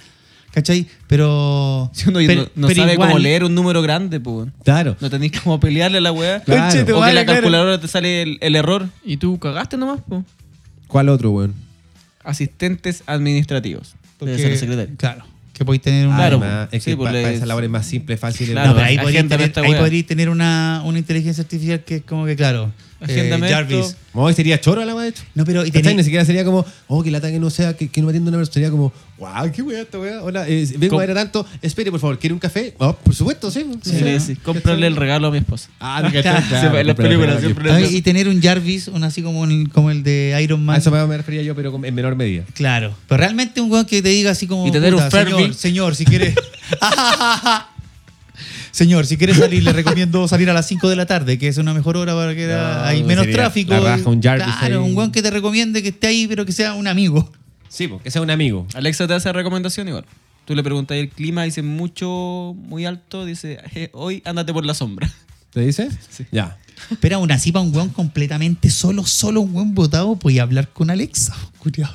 Speaker 1: ¿Cachai? Pero.
Speaker 3: Si uno
Speaker 1: pero-
Speaker 3: no, no
Speaker 1: pero
Speaker 3: sabe cómo
Speaker 1: igual-
Speaker 3: leer un número grande, pues.
Speaker 2: Claro.
Speaker 3: No tenéis cómo pelearle a la weá.
Speaker 2: Claro. Conche tu
Speaker 3: O que
Speaker 1: madre,
Speaker 3: la
Speaker 1: claro.
Speaker 3: calculadora te sale el, el error.
Speaker 5: Y tú cagaste nomás, po.
Speaker 2: ¿Cuál otro, weón?
Speaker 3: Asistentes administrativos.
Speaker 1: gastos
Speaker 3: Debe
Speaker 1: que.
Speaker 3: ser el secretario.
Speaker 1: Claro, que podéis tener una.
Speaker 3: Claro,
Speaker 2: Además,
Speaker 3: pues,
Speaker 2: Ah, es
Speaker 3: sí,
Speaker 2: que
Speaker 3: pues,
Speaker 2: pa-
Speaker 3: le-
Speaker 2: para esa labor es más simple, fácil.
Speaker 3: Claro,
Speaker 1: No, pero ahí
Speaker 3: agéndame
Speaker 1: podéis tener,
Speaker 3: esta
Speaker 1: ahí
Speaker 3: wea.
Speaker 1: podéis tener una, una inteligencia artificial que es como que, claro. eh,
Speaker 3: Agéndame
Speaker 1: Jarvis.
Speaker 3: esto.
Speaker 2: No, y sería choro la weá, de hecho.
Speaker 1: No, pero y
Speaker 2: ¿Cachai?
Speaker 1: tenéis-
Speaker 2: Ni siquiera sería como, oh, que lata que no sea, que, que no me atienda una persona. Sería como, wow, qué weá esta weá. Hola, eh, vengo
Speaker 3: Com-
Speaker 2: a ver a tanto. Espere, por favor, ¿quiere un café? Oh, por supuesto, sí.
Speaker 3: Sí, le decís, cómprale el regalo a mi esposa.
Speaker 2: Ah, me cachai,
Speaker 1: Se
Speaker 2: claro,
Speaker 3: ve en las
Speaker 2: pero-
Speaker 3: películas
Speaker 2: pero-
Speaker 3: siempre.
Speaker 1: Ah, y tener un Jarvis, un así como el, como el de Iron
Speaker 2: A
Speaker 3: Ah,
Speaker 1: Man.
Speaker 2: eso me refería yo, pero con- en menor medida.
Speaker 1: Claro. Pero realmente un weón que te diga así como.
Speaker 3: Y tener
Speaker 1: "Puta,
Speaker 3: un Furby".
Speaker 1: Señor, señor, si quieres. señor, si quieres salir, le recomiendo salir a las 5 de la tarde, que es una mejor hora para que era-
Speaker 2: No,
Speaker 1: hay menos
Speaker 2: sería
Speaker 1: tráfico.
Speaker 2: la raja, un Jarvis
Speaker 1: claro,
Speaker 2: ahí.
Speaker 1: un weón que te recomiende que esté ahí, pero que sea un amigo.
Speaker 2: Sí, porque sea un amigo.
Speaker 3: Alexa te hace recomendación igual. Tú le preguntas el clima, dice mucho, muy alto, dice, "Eh, hoy ándate por la sombra.
Speaker 2: ¿Te dice? Sí. Ya.
Speaker 1: Pero aún así, para un weón completamente solo, solo un weón votado, podía hablar con Alexa, culiao.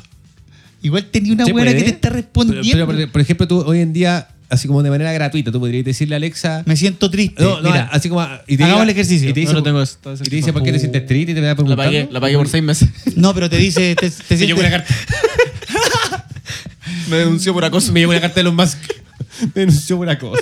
Speaker 1: Igual tenía una
Speaker 2: Sí,
Speaker 1: buena que
Speaker 2: puede.
Speaker 1: te está respondiendo.
Speaker 2: Pero, pero, por, por ejemplo, tú hoy en día, así como de manera gratuita, tú podrías decirle a Alexa.
Speaker 1: Me siento triste.
Speaker 2: No, no,
Speaker 1: Mira,
Speaker 2: así como. Y
Speaker 1: hagamos el ejercicio.
Speaker 2: Y te dice,
Speaker 3: No lo tengo, está
Speaker 2: y te dice ¿por qué
Speaker 1: Uh.
Speaker 2: te sientes triste? Y te va a
Speaker 3: La
Speaker 2: preguntar.
Speaker 3: pagué,
Speaker 2: ¿no?
Speaker 3: la pagué por seis meses.
Speaker 1: no, pero te dice. Te, te
Speaker 2: Me
Speaker 1: sientes-
Speaker 2: llegó una carta.
Speaker 3: Me denunció por acoso.
Speaker 2: Me llegó una carta de los más. Me denunció por acoso.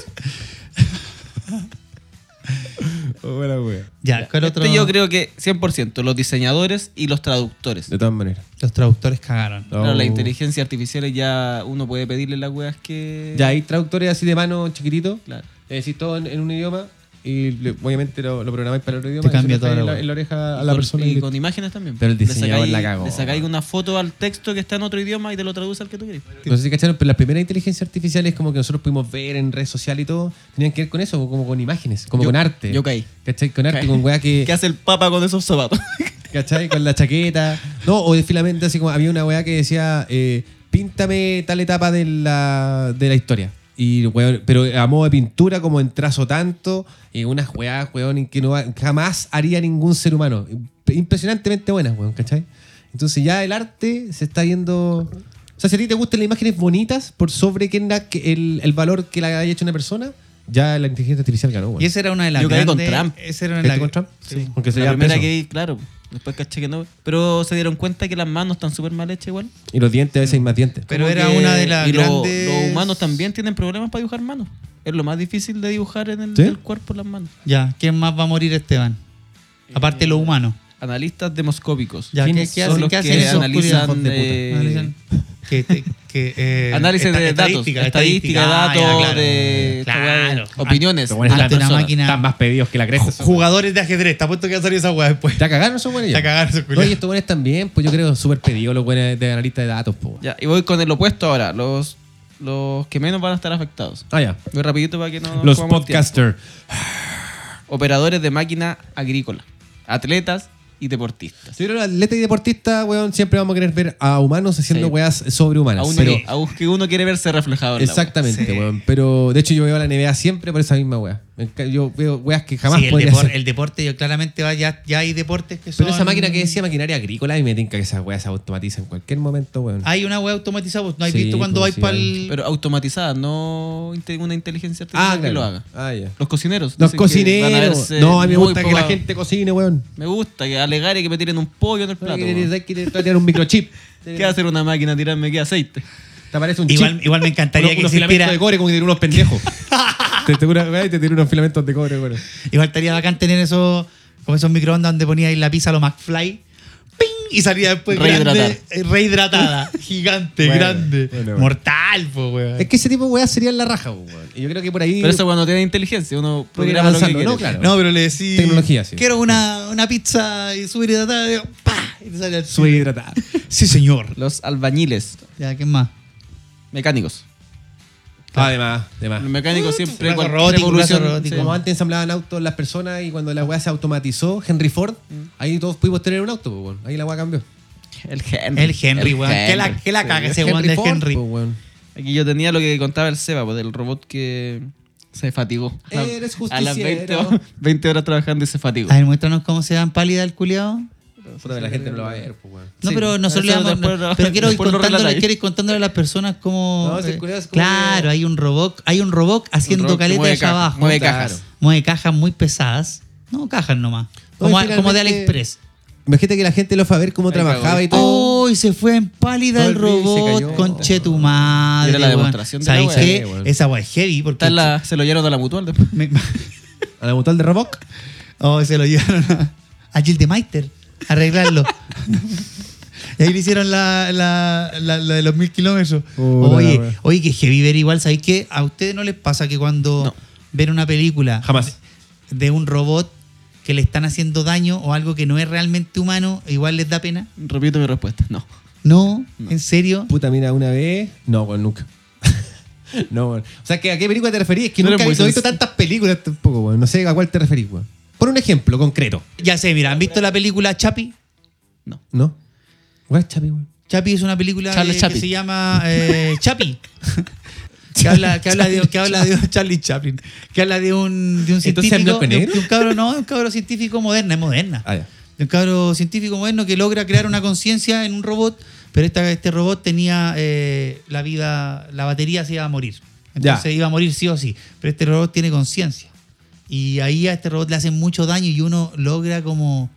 Speaker 2: Oh, buena wea.
Speaker 1: Ya, ¿cuál otro?
Speaker 3: Este yo creo que 100%, los diseñadores y los traductores.
Speaker 2: De todas maneras. Oh.
Speaker 1: Los traductores cagaron.
Speaker 2: No.
Speaker 3: Claro, la inteligencia artificial ya uno puede pedirle las weas que...
Speaker 2: Ya hay traductores así de mano chiquitito.
Speaker 3: Claro.
Speaker 2: Le decís todo en, en un idioma. Y le- obviamente lo, lo programáis para otro
Speaker 1: Te
Speaker 2: idioma. y se lo
Speaker 1: cambia toda
Speaker 2: dejáis en
Speaker 1: la
Speaker 2: la,
Speaker 1: wea.
Speaker 2: en la oreja a
Speaker 3: Y
Speaker 2: la
Speaker 3: con-
Speaker 2: persona.
Speaker 3: Y
Speaker 2: que-
Speaker 3: con imágenes también.
Speaker 2: Pero el
Speaker 3: Le
Speaker 2: diseñador
Speaker 3: sacáis-
Speaker 2: la cagó.
Speaker 3: Le sacáis una foto al texto que está en otro idioma y te lo traduce al que tú quieres.
Speaker 2: No sé si cacharon, pero las primeras inteligencias artificiales como que nosotros pudimos ver en redes sociales y todo, tenían que ver con eso, como con imágenes, como
Speaker 3: Yo-
Speaker 2: con arte.
Speaker 3: yo caí.
Speaker 2: ¿Cachai? Con arte,
Speaker 3: Caí.
Speaker 2: con weá que...
Speaker 3: ¿Qué hace el papa con esos zapatos?
Speaker 2: ¿Cachai? Con la chaqueta. No, o de filamento, así como había una weá que decía, eh, píntame tal etapa de la, de la historia. Y, weón, pero a modo de pintura, como en trazo tanto, y unas weá, weón, en que no, va- jamás haría ningún ser humano. Impresionantemente buenas, weón, ¿cachai? Entonces ya el arte se está viendo... O sea, si a ti te gustan las imágenes bonitas por sobre quién da que- el, el valor que la haya hecho una persona, ya la inteligencia artificial ganó, weón.
Speaker 1: Y esa era una de las
Speaker 3: Yo caí con
Speaker 1: grandes-
Speaker 3: Trump.
Speaker 1: Esa era una de
Speaker 2: ¿Caíste
Speaker 1: las-
Speaker 2: con Trump?
Speaker 1: Sí.
Speaker 2: Porque se
Speaker 3: la
Speaker 2: llevan
Speaker 3: primera
Speaker 2: preso.
Speaker 3: que vi, claro. Después caché que no. Pero se dieron cuenta que las manos están súper mal hechas igual.
Speaker 2: Y los dientes, a veces hay más dientes.
Speaker 1: Pero
Speaker 3: Como
Speaker 1: era
Speaker 3: que-
Speaker 1: una de las
Speaker 3: y lo-
Speaker 1: grandes-
Speaker 3: los humanos también tienen problemas para dibujar manos. Es lo más difícil de dibujar en el,
Speaker 2: ¿Sí?
Speaker 3: del cuerpo las manos.
Speaker 1: Ya, ¿quién más va a morir, Esteban? Aparte lo humano.
Speaker 3: Analistas demoscópicos.
Speaker 1: Ya, ¿qué,
Speaker 2: ¿Quiénes
Speaker 1: qué
Speaker 3: son
Speaker 1: hacen,
Speaker 3: los
Speaker 1: ¿qué hacen
Speaker 3: que
Speaker 1: esos
Speaker 3: analizan,
Speaker 1: culiados?
Speaker 3: eh,
Speaker 1: Analizan que, te- que, eh,
Speaker 3: Análisis
Speaker 1: esta-
Speaker 3: de datos,
Speaker 1: estadística,
Speaker 3: estadística, de
Speaker 1: Ah,
Speaker 3: datos,
Speaker 1: ya, claro.
Speaker 3: de esta weá de
Speaker 1: Claro.
Speaker 3: opiniones.
Speaker 2: Te
Speaker 3: de
Speaker 2: pones
Speaker 3: las
Speaker 1: ante una
Speaker 3: personas.
Speaker 1: máquina.
Speaker 2: Están más pedidos que la cresta.
Speaker 1: Ju- Jugadores de ajedrez, te apuesto que va a salir esa weá después.
Speaker 2: Ya cagaron esos buenos.
Speaker 1: Ya cagaron esos culiados.
Speaker 2: Oye, estos buenos también, pues yo creo súper pedidos los buenos de analista de datos, pues. po.
Speaker 3: Ya, y voy con el opuesto ahora. Los, los que menos van a estar afectados.
Speaker 2: Ah, ya.
Speaker 3: Voy rapidito para que no
Speaker 2: Los
Speaker 3: comamos tiempo.
Speaker 2: podcasters.
Speaker 3: Operadores de máquina agrícola. Atletas y deportistas.
Speaker 2: Yo creo que atleta y deportista, weón, siempre vamos a querer ver a humanos haciendo
Speaker 3: Sí.
Speaker 2: weas sobrehumanas.
Speaker 3: A uno,
Speaker 2: pero,
Speaker 3: que- a un- que uno quiere verse reflejado. en la
Speaker 2: exactamente,
Speaker 1: Sí.
Speaker 2: weón. Pero de hecho yo veo a la NBA siempre por esa misma wea. Me enca- Yo veo weas que jamás
Speaker 1: Sí, el,
Speaker 2: podría
Speaker 1: depor-
Speaker 2: hacer.
Speaker 1: el deporte, yo claramente va, ya, ya hay deportes que son.
Speaker 2: Pero esa máquina que decía maquinaria agrícola, y me tinca que esas weas se automatizan en cualquier momento, weón.
Speaker 3: Ah,
Speaker 1: Hay una web automatizada, vos no has
Speaker 2: Sí,
Speaker 1: visto cuando vais
Speaker 2: pues, sí,
Speaker 1: para
Speaker 2: hay.
Speaker 1: el.
Speaker 3: Pero automatizada, no inte- una
Speaker 2: ah,
Speaker 3: inteligencia artificial que
Speaker 2: claro.
Speaker 3: lo haga.
Speaker 2: Ah, ya.
Speaker 3: Los cocineros.
Speaker 2: Los
Speaker 3: dicen que van a
Speaker 2: cocineros.
Speaker 3: verse
Speaker 2: no, a mí me
Speaker 3: muy
Speaker 2: gusta que
Speaker 3: poca-
Speaker 2: la gente cocine, weón.
Speaker 3: Me gusta que alegar y que me tiren un pollo en el plato. weón.
Speaker 2: Hay que tirar un microchip.
Speaker 3: ¿Qué va a hacer una máquina? Tirarme qué aceite.
Speaker 2: Te aparece un
Speaker 1: Igual,
Speaker 2: chip.
Speaker 1: igual me encantaría
Speaker 2: Uno-
Speaker 1: que
Speaker 2: unos filamentos
Speaker 1: existiera.
Speaker 2: de cobre como que tiene unos pendejos. te te una weá y te tiene unos filamentos de cobre, weón.
Speaker 1: Igual estaría bacán tener esos, como esos microondas donde ponía ahí la pizza a lo McFly. ¡Ping! Y salía después
Speaker 3: Rehidratada.
Speaker 1: grande, eh, rehidratada. gigante,
Speaker 2: Bueno,
Speaker 1: grande.
Speaker 2: bueno, bueno.
Speaker 1: Mortal, po, weón.
Speaker 2: Es que ese tipo de weas serían la raja, weón. Y yo creo que por ahí.
Speaker 3: Pero eso cuando tiene inteligencia, uno
Speaker 2: Puede ir
Speaker 3: programa lo que
Speaker 2: avanzando,
Speaker 3: quiere.
Speaker 2: ¿no? Claro.
Speaker 1: No, pero le decís.
Speaker 2: Tecnología, sí.
Speaker 1: Quiero una, una pizza y subhidratada. digo, ¡pah! Y te sale al
Speaker 2: Sube hidratada.
Speaker 1: Sí, señor.
Speaker 3: Los albañiles,
Speaker 1: Ya, ¿qué más?
Speaker 3: mecánicos.
Speaker 2: Además, además.
Speaker 3: Los mecánicos siempre
Speaker 1: brazo
Speaker 3: cualquier
Speaker 1: robótico, brazo
Speaker 3: evolución,
Speaker 1: robótico.
Speaker 2: Como
Speaker 3: sí.
Speaker 2: antes ensamblaban autos las personas y cuando la weá se automatizó, Henry Ford,
Speaker 3: Mm.
Speaker 2: ahí todos pudimos tener un auto, weón. Ahí la weá cambió.
Speaker 3: Este El Henry.
Speaker 1: El Henry, weón. ¿Qué
Speaker 3: Henry.
Speaker 1: la, qué la caga ese weón
Speaker 2: Henry
Speaker 1: de
Speaker 2: Ford,
Speaker 1: Henry?
Speaker 2: po, weón.
Speaker 3: Aquí yo tenía lo que contaba el Seba, pues, del robot que se fatigó. A la-
Speaker 2: Eres
Speaker 3: A las 20,
Speaker 2: justiciero.
Speaker 3: horas- 20 horas trabajando y se fatigó.
Speaker 1: A ver, muéstranos cómo se dan pálida el culiado.
Speaker 2: Puta, la gente no lo va a ver, po, weón.
Speaker 1: No,
Speaker 3: Sí,
Speaker 1: pero nosotros le
Speaker 3: eso
Speaker 1: vamos.
Speaker 3: después
Speaker 1: no,
Speaker 3: lo-
Speaker 1: pero quiero ir,
Speaker 3: después lo
Speaker 1: contándole,
Speaker 3: relatáis.
Speaker 1: quiero ir contándole a las personas cómo. eh,
Speaker 2: No, si el culiao es como-
Speaker 1: claro, hay un robot, hay un robot haciendo
Speaker 3: robot que
Speaker 1: caleta
Speaker 3: mueve
Speaker 1: allá
Speaker 3: caja-
Speaker 1: abajo.
Speaker 3: mueve cajas.
Speaker 1: Mueve cajas muy pesadas. No, cajas nomás.
Speaker 2: No, y
Speaker 1: Como, como de
Speaker 2: finalmente-
Speaker 1: AliExpress.
Speaker 2: Imagínate que la gente lo fue a ver cómo
Speaker 3: Ahí
Speaker 2: trabajaba
Speaker 3: cagó.
Speaker 2: y todo.
Speaker 1: ¡Oh! Y se fue en pálida
Speaker 2: Todo
Speaker 1: el
Speaker 2: el brillo y se
Speaker 1: robot,
Speaker 2: cayó.
Speaker 1: conche tu madre.
Speaker 3: Era la
Speaker 1: weón.
Speaker 3: demostración de la
Speaker 1: ¿Sabes
Speaker 3: weá,
Speaker 1: qué?
Speaker 2: weón.
Speaker 1: Esa guay es heavy porque.
Speaker 3: Está en la- se lo llevaron a la mutual después.
Speaker 1: me-
Speaker 2: A la mutual de Roboc.
Speaker 1: Oh, se lo llevaron a, a Gil de Maiter a arreglarlo. y ahí le hicieron la, la, la- la de los mil kilómetros.
Speaker 2: Puta
Speaker 1: oye,
Speaker 2: la wea.
Speaker 1: oye, que heavy ver igual, ¿sabéis qué? A ustedes no les pasa que cuando ven una película
Speaker 2: Jamás.
Speaker 1: de un robot que le están haciendo daño o algo que no es realmente humano, igual les da pena.
Speaker 3: Repito mi respuesta. No.
Speaker 1: No, en serio.
Speaker 2: Puta, mira, una vez. No, weón, nunca. no, weón. O sea, que ¿a qué película te referís? Es que
Speaker 3: Tú eres
Speaker 2: nunca he
Speaker 3: muy
Speaker 2: visto, he visto
Speaker 3: sensi-
Speaker 2: tantas películas tampoco, weón. No sé a cuál te referís, weón. Por un ejemplo concreto,
Speaker 1: Ya sé, mira, ¿han visto la película Chapi?
Speaker 2: ¿no? ¿Cuál es Chapi, weón?
Speaker 1: Chapi es una película
Speaker 3: Charles
Speaker 1: eh, que
Speaker 3: Chaplin.
Speaker 1: se llama eh, Chapi. Que habla, que, habla de, que habla de Charlie Chaplin. Que habla de un, de un
Speaker 2: Entonces, ¿en
Speaker 1: científico.
Speaker 2: blanco y
Speaker 1: De, un-
Speaker 2: negro?
Speaker 1: de un cabro, no, de un cabro científico moderna, es moderna.
Speaker 2: Ah, ya.
Speaker 1: De un cabro científico moderno que logra crear una conciencia en un robot, pero esta, este robot tenía eh, la vida, la batería se iba a morir. Entonces
Speaker 2: Ya.
Speaker 1: iba a morir sí o sí. Pero este robot tiene conciencia. Y ahí a este robot le hacen mucho daño y uno logra como.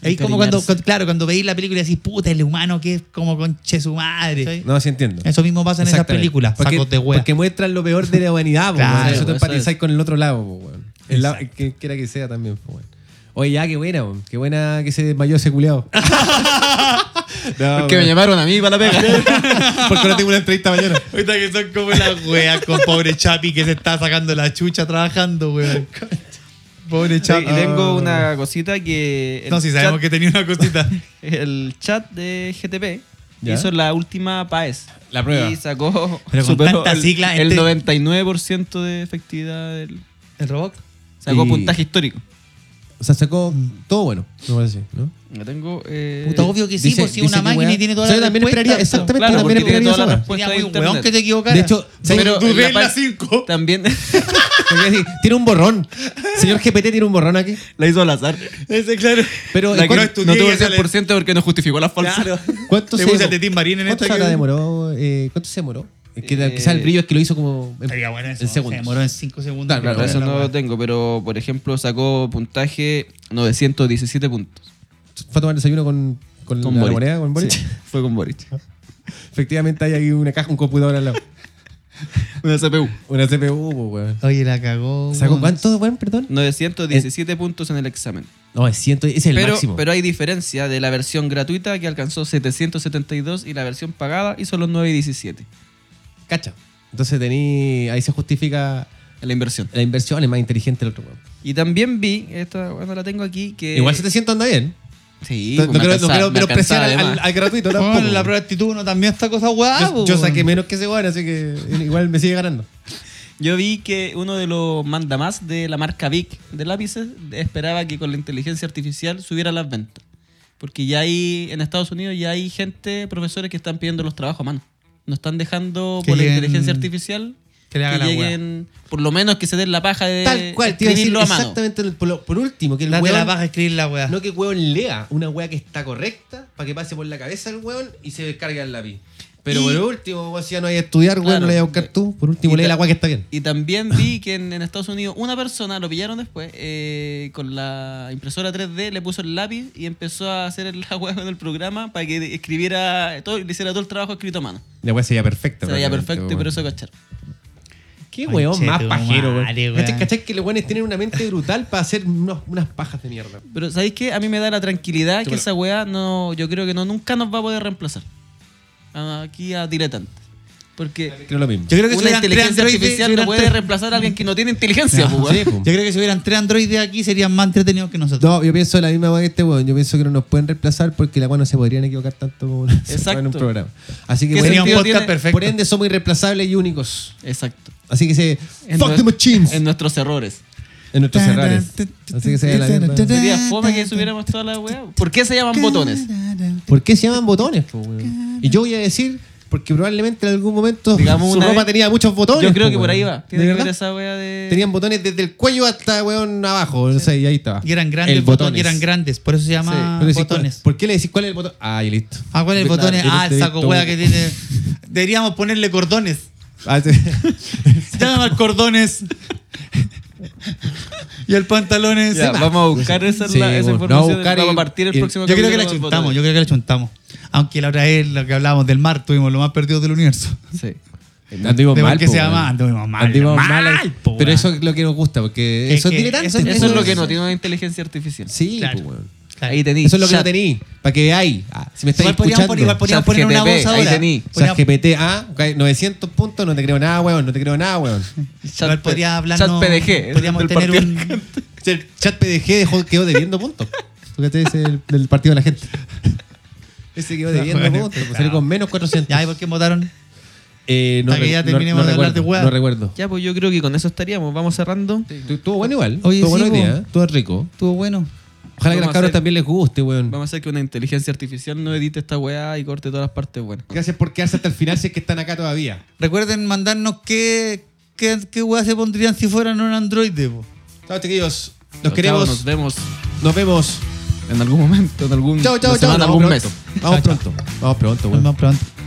Speaker 1: Ahí como cuando,
Speaker 3: Encariñarse.
Speaker 1: cuando- claro, cuando veis la película y decís, puta, el humano que es como conche su madre.
Speaker 2: No, sí entiendo.
Speaker 1: Eso mismo pasa en esas
Speaker 2: Exactamente.
Speaker 1: películas,
Speaker 2: Porque,
Speaker 1: sacos de hueá.
Speaker 2: porque muestran lo peor de la humanidad, po,
Speaker 1: Claro,
Speaker 2: weón. Eso te
Speaker 3: eso
Speaker 2: empatizáis
Speaker 3: es.
Speaker 2: con el otro lado, po, weón. El lado- que quiera que sea también, po, weón. Oye, ya, qué buena, weón. Qué buena que se desmayó ese culiao. no,
Speaker 3: Porque me
Speaker 2: weón.
Speaker 3: llamaron a mí para la pega.
Speaker 2: Porque no tengo una entrevista mañana.
Speaker 1: Ahorita que son como las weas con pobre Chapi que se está sacando la chucha trabajando, weón. Pobre
Speaker 3: Sí,
Speaker 1: Chapi.
Speaker 3: y tengo una cosita que. el
Speaker 1: Ah. No, si sabemos
Speaker 3: chat-
Speaker 1: que tenía una cosita.
Speaker 3: El chat de GTP
Speaker 2: Ya.
Speaker 3: hizo la última PAES.
Speaker 2: La prueba.
Speaker 3: Y sacó
Speaker 1: Pero con
Speaker 3: superó
Speaker 1: tanta
Speaker 3: el,
Speaker 1: sigla,
Speaker 3: el
Speaker 1: este-
Speaker 3: 99% de efectividad. del-
Speaker 1: ¿El robot?
Speaker 3: sacó
Speaker 2: Y-
Speaker 3: puntaje histórico.
Speaker 2: O sea, sacó
Speaker 1: Mm.
Speaker 2: todo bueno, me parece, ¿no?
Speaker 3: Lo tengo. eh,
Speaker 1: Puta, obvio que sí,
Speaker 2: Dice-
Speaker 1: pues si
Speaker 2: dice
Speaker 1: una
Speaker 2: que
Speaker 1: máquina
Speaker 2: weá.
Speaker 1: y tiene toda
Speaker 2: O sea,
Speaker 1: la
Speaker 2: yo también esperaría- exactamente,
Speaker 3: Claro,
Speaker 2: yo también
Speaker 3: porque tiene
Speaker 2: esperaría
Speaker 3: todas las
Speaker 2: esa
Speaker 1: Tenía
Speaker 3: respuestas de
Speaker 1: muy
Speaker 3: internet.
Speaker 1: Pues weón que te equivocara.
Speaker 2: De hecho,
Speaker 3: Pero
Speaker 1: dudé
Speaker 3: la
Speaker 1: en la
Speaker 3: pa-
Speaker 1: 5.
Speaker 3: También
Speaker 2: Porque así, tiene un borrón. Señor GPT tiene un borrón aquí.
Speaker 3: la hizo al azar.
Speaker 2: Eh,
Speaker 1: Ese, claro.
Speaker 2: Pero
Speaker 3: La
Speaker 2: ¿y
Speaker 3: que no,
Speaker 2: cuán-
Speaker 1: estudié
Speaker 3: tuvo
Speaker 1: y
Speaker 3: el
Speaker 1: sale-
Speaker 3: 100% porque no justificó las falsas.
Speaker 2: ¿Cuánto
Speaker 1: Te
Speaker 2: se
Speaker 1: puse
Speaker 2: demoró?
Speaker 1: a Tetín Marín en
Speaker 2: ¿Cuánto
Speaker 1: esta
Speaker 2: se
Speaker 1: que-
Speaker 2: demoró? Eh, ¿Cuánto se demoró? Es que
Speaker 3: Eh,
Speaker 2: quizás el brillo es que lo hizo como en,
Speaker 1: Estaría bueno eso.
Speaker 2: en
Speaker 1: Se
Speaker 2: segundos.
Speaker 1: demoró en 5 segundos.
Speaker 2: Claro, claro,
Speaker 3: Eso
Speaker 1: La
Speaker 3: no
Speaker 1: wea.
Speaker 3: lo tengo, pero por ejemplo sacó puntaje 917 puntos.
Speaker 2: Fue a tomar desayuno con, con,
Speaker 3: Con
Speaker 2: la
Speaker 3: Boric.
Speaker 2: moneda, con Boric.
Speaker 3: Sí, fue con Boric.
Speaker 2: Efectivamente hay ahí una caja, un computador al lado.
Speaker 3: Una CPU.
Speaker 2: Una CPU, po, pues, weón.
Speaker 1: Oye, la cagó.
Speaker 2: ¿Sacó
Speaker 1: weón.
Speaker 2: cuánto, weón? Perdón.
Speaker 3: 917 puntos en el examen.
Speaker 2: No, es ciento, ese es el
Speaker 3: Pero,
Speaker 2: máximo.
Speaker 3: pero hay diferencia de la versión gratuita que alcanzó 772 y la versión pagada hizo los 917
Speaker 2: Cacha. Entonces tení, ahí se justifica
Speaker 3: en la inversión.
Speaker 2: la inversión, es más inteligente el otro, weón.
Speaker 3: Y también vi, esta bueno, la tengo aquí, que...
Speaker 2: Igual 700 anda bien.
Speaker 3: Sí,
Speaker 2: No,
Speaker 3: pues,
Speaker 2: no quiero,
Speaker 3: Eh, me
Speaker 2: no
Speaker 3: alcanzaba-
Speaker 2: quiero
Speaker 3: me
Speaker 2: menospreciar
Speaker 3: alcanzaba
Speaker 2: al,
Speaker 3: además. Oh.
Speaker 2: al gratuito
Speaker 1: Weón,
Speaker 2: tampoco.
Speaker 1: en la prueba de actitud uno también está cosa guapa.
Speaker 2: yo, yo saqué menos que ese weón, así que igual me sigue ganando.
Speaker 3: Yo vi que uno de los mandamás de la marca Vic de lápices esperaba que con la inteligencia artificial subiera las ventas. Porque ya hay, en Estados Unidos ya hay gente, profesores que están pidiendo los trabajos a mano. No están dejando
Speaker 1: Que
Speaker 3: por
Speaker 1: lleguen-
Speaker 3: la inteligencia artificial
Speaker 1: que le haga la
Speaker 3: lleguen, por lo menos que se den la paja de
Speaker 2: Tal cual, te iba a decir
Speaker 3: Eh, escribirlo a mano.
Speaker 2: exactamente por, lo- por último, que el
Speaker 1: Date la
Speaker 2: weón,
Speaker 1: paja a escribir la weá.
Speaker 2: no que el weón lea una weá que está correcta para que pase por la cabeza el weón y se descargue el lápiz. Pero
Speaker 3: Y-
Speaker 2: por último, vos si ya no hay a estudiar, weón,
Speaker 3: Claro.
Speaker 2: no la hay a buscar tú. Por último,
Speaker 3: Y
Speaker 2: lee
Speaker 3: ta-
Speaker 2: la weá que está bien.
Speaker 3: Y también vi que en, en Estados Unidos una persona, lo pillaron después, eh, con la impresora 3D le puso el lápiz y empezó a hacer el- la hueá con el programa para que escribiera todo, le hiciera todo el trabajo escrito a mano.
Speaker 2: La weá sería perfecta.
Speaker 3: Se veía perfecto y por eso cachar.
Speaker 2: Qué weón más
Speaker 1: Conchetumare,
Speaker 2: pajero, weón.
Speaker 1: weón.
Speaker 2: ¿Cachai- ¿Cachai que los weones tienen una mente brutal para hacer unos- unas pajas de mierda?
Speaker 3: Pero ¿sabéis qué? A mí me da la tranquilidad que
Speaker 2: Chúpalo.
Speaker 3: esa weá no, yo creo que no, nunca nos va a poder reemplazar. A- Aquí a diletante. Porque
Speaker 2: Creo lo mismo.
Speaker 1: Yo creo que si
Speaker 3: una
Speaker 1: hubieran tres
Speaker 3: inteligencia
Speaker 1: androides- si
Speaker 3: artificial no
Speaker 1: hubieran
Speaker 3: puede
Speaker 1: tres-
Speaker 3: reemplazar a alguien que no tiene inteligencia.
Speaker 2: No,
Speaker 3: pues, weón.
Speaker 2: sí, pues.
Speaker 1: Yo creo que si hubieran tres androides aquí serían más entretenidos que nosotros.
Speaker 2: No, yo pienso la misma weá que este weón. Yo pienso que no nos pueden reemplazar porque la weá no se podrían equivocar tanto como lo hacen
Speaker 3: Exacto.
Speaker 2: en un programa. Así que
Speaker 3: ¿Qué
Speaker 2: por
Speaker 1: Sería un
Speaker 2: ende,
Speaker 3: sentido
Speaker 1: podcast
Speaker 3: tiene?
Speaker 1: perfecto.
Speaker 2: por ende somos irreemplazables y únicos.
Speaker 3: Exacto.
Speaker 2: Así que se.
Speaker 3: En
Speaker 2: ¡Fuck
Speaker 3: nue-
Speaker 2: the machines!
Speaker 3: En
Speaker 2: En,
Speaker 3: nuestros errores.
Speaker 2: nuestros errores. Así que se ve la mierda.
Speaker 3: Sería fome que subiéramos toda la weá. pues. ¿Por qué se llaman botones?
Speaker 2: ¿Por qué se llaman botones, po, weón? Y yo voy a decir, porque probablemente en algún momento
Speaker 3: Digamos
Speaker 2: su
Speaker 3: una
Speaker 2: ropa
Speaker 3: vez-
Speaker 2: tenía muchos botones.
Speaker 3: Yo creo
Speaker 2: po,
Speaker 3: que por
Speaker 2: weón.
Speaker 3: ahí va.
Speaker 2: ¿De
Speaker 3: Tiene que
Speaker 2: verdad?
Speaker 3: ver esa weá de.
Speaker 2: Tenían botones desde el cuello hasta weón abajo. No sé, y ahí estaba.
Speaker 1: Y eran grandes,
Speaker 2: El
Speaker 1: botones.
Speaker 2: botones.
Speaker 1: Y eran grandes, por eso se llama
Speaker 2: Pero decís,
Speaker 1: botones.
Speaker 2: ¿Por qué le decís cuál es el botón? Ah, y listo.
Speaker 1: Ah, ¿cuál es el
Speaker 2: Claro,
Speaker 1: botón?
Speaker 2: eres
Speaker 1: Ah, el
Speaker 2: de
Speaker 1: saco
Speaker 2: todo.
Speaker 1: hueá que tiene. Deberíamos ponerle cordones.
Speaker 2: Ah, sí.
Speaker 1: Llama al cordones. y el pantalón en
Speaker 3: Ya,
Speaker 1: encima.
Speaker 3: vamos a buscar esa,
Speaker 2: Sí,
Speaker 3: la- esa
Speaker 2: bueno,
Speaker 3: información.
Speaker 2: no, buscar y-
Speaker 3: vamos a partir el
Speaker 2: y-
Speaker 3: próximo
Speaker 1: yo creo que la
Speaker 3: capítulo con
Speaker 1: chuntamos,
Speaker 3: botones.
Speaker 1: yo creo que la chuntamos. Aunque la otra vez lo que hablábamos del mar, tuvimos lo más perdido del universo.
Speaker 3: Sí.
Speaker 2: Anduvimos
Speaker 1: De por
Speaker 2: mal.
Speaker 1: qué
Speaker 2: po,
Speaker 1: se
Speaker 2: weón.
Speaker 1: llama, anduvimos mal.
Speaker 2: Anduvimos
Speaker 1: mal,
Speaker 2: mal,
Speaker 1: po, weón.
Speaker 2: Pero eso es lo que nos gusta, porque
Speaker 1: Es
Speaker 2: eso es
Speaker 1: que
Speaker 2: diletante.
Speaker 1: eso es
Speaker 2: po,
Speaker 3: Eso es lo que
Speaker 2: weón.
Speaker 3: no tiene una inteligencia artificial.
Speaker 2: Sí,
Speaker 1: Claro.
Speaker 2: po, weón.
Speaker 1: Claro.
Speaker 3: Ahí tenéis.
Speaker 2: Eso es lo que no
Speaker 3: chat.
Speaker 2: tení. Para que veáis. Ah, si me estáis
Speaker 1: Igual podríamos
Speaker 2: escuchando.
Speaker 1: poner, igual podríamos
Speaker 3: Chat
Speaker 1: poner una
Speaker 3: GTP,
Speaker 1: voz
Speaker 3: ahí
Speaker 1: ahora.
Speaker 3: tení.
Speaker 2: O sea,
Speaker 1: Podríamos-
Speaker 2: GPT, ah, ok, 900 puntos, no te creo nada, weón, no te creo nada, weón.
Speaker 1: Igual podría hablar.
Speaker 3: Chat
Speaker 1: no,
Speaker 3: PDG.
Speaker 1: Podríamos
Speaker 3: del
Speaker 1: tener
Speaker 3: partido.
Speaker 1: un.
Speaker 2: El chat PDG dejó, quedó debiendo puntos. Tú que te dices el del partido de la gente. Ese quedó debiendo
Speaker 1: Bueno,
Speaker 2: puntos, pues
Speaker 1: pesado.
Speaker 2: salió con menos 400.
Speaker 1: Ya, ¿y por qué votaron?
Speaker 2: Eh, no
Speaker 1: Hasta que
Speaker 2: re-
Speaker 1: ya
Speaker 2: no-
Speaker 1: terminemos
Speaker 2: no
Speaker 1: de hablar de
Speaker 2: recuerdo,
Speaker 1: weá.
Speaker 2: No recuerdo.
Speaker 3: Ya, pues yo creo que con eso estaríamos. Vamos cerrando.
Speaker 2: Tu- Estuvo bueno igual.
Speaker 1: Oye,
Speaker 2: Estuvo bueno
Speaker 1: sí,
Speaker 2: hoy día,
Speaker 1: po.
Speaker 2: ¿eh? estuvo rico.
Speaker 1: Estuvo bueno.
Speaker 2: Ojalá que
Speaker 3: Vamos
Speaker 2: las
Speaker 3: a
Speaker 2: cabras
Speaker 3: hacer-
Speaker 2: también les guste, weón.
Speaker 3: Vamos a hacer que una inteligencia artificial no edite esta weá y corte todas las partes buenas.
Speaker 2: Gracias por quedarse hasta el final si es que están acá todavía.
Speaker 1: Recuerden mandarnos qué, qué, qué weá se pondrían si fueran un androide. po.
Speaker 2: Chao, chiquillos. Nos
Speaker 5: Chao,
Speaker 2: queremos.
Speaker 5: Nos Mm, vemos
Speaker 2: Nos vemos.
Speaker 5: en algún momento, en algún,
Speaker 2: Chao, chao,
Speaker 5: una
Speaker 2: chao.
Speaker 5: semana,
Speaker 2: Nos
Speaker 5: algún
Speaker 2: vemos
Speaker 5: mes.
Speaker 2: pronto. Vamos pronto. Vamos pronto,
Speaker 1: Nos
Speaker 2: weón.
Speaker 1: vemos pronto.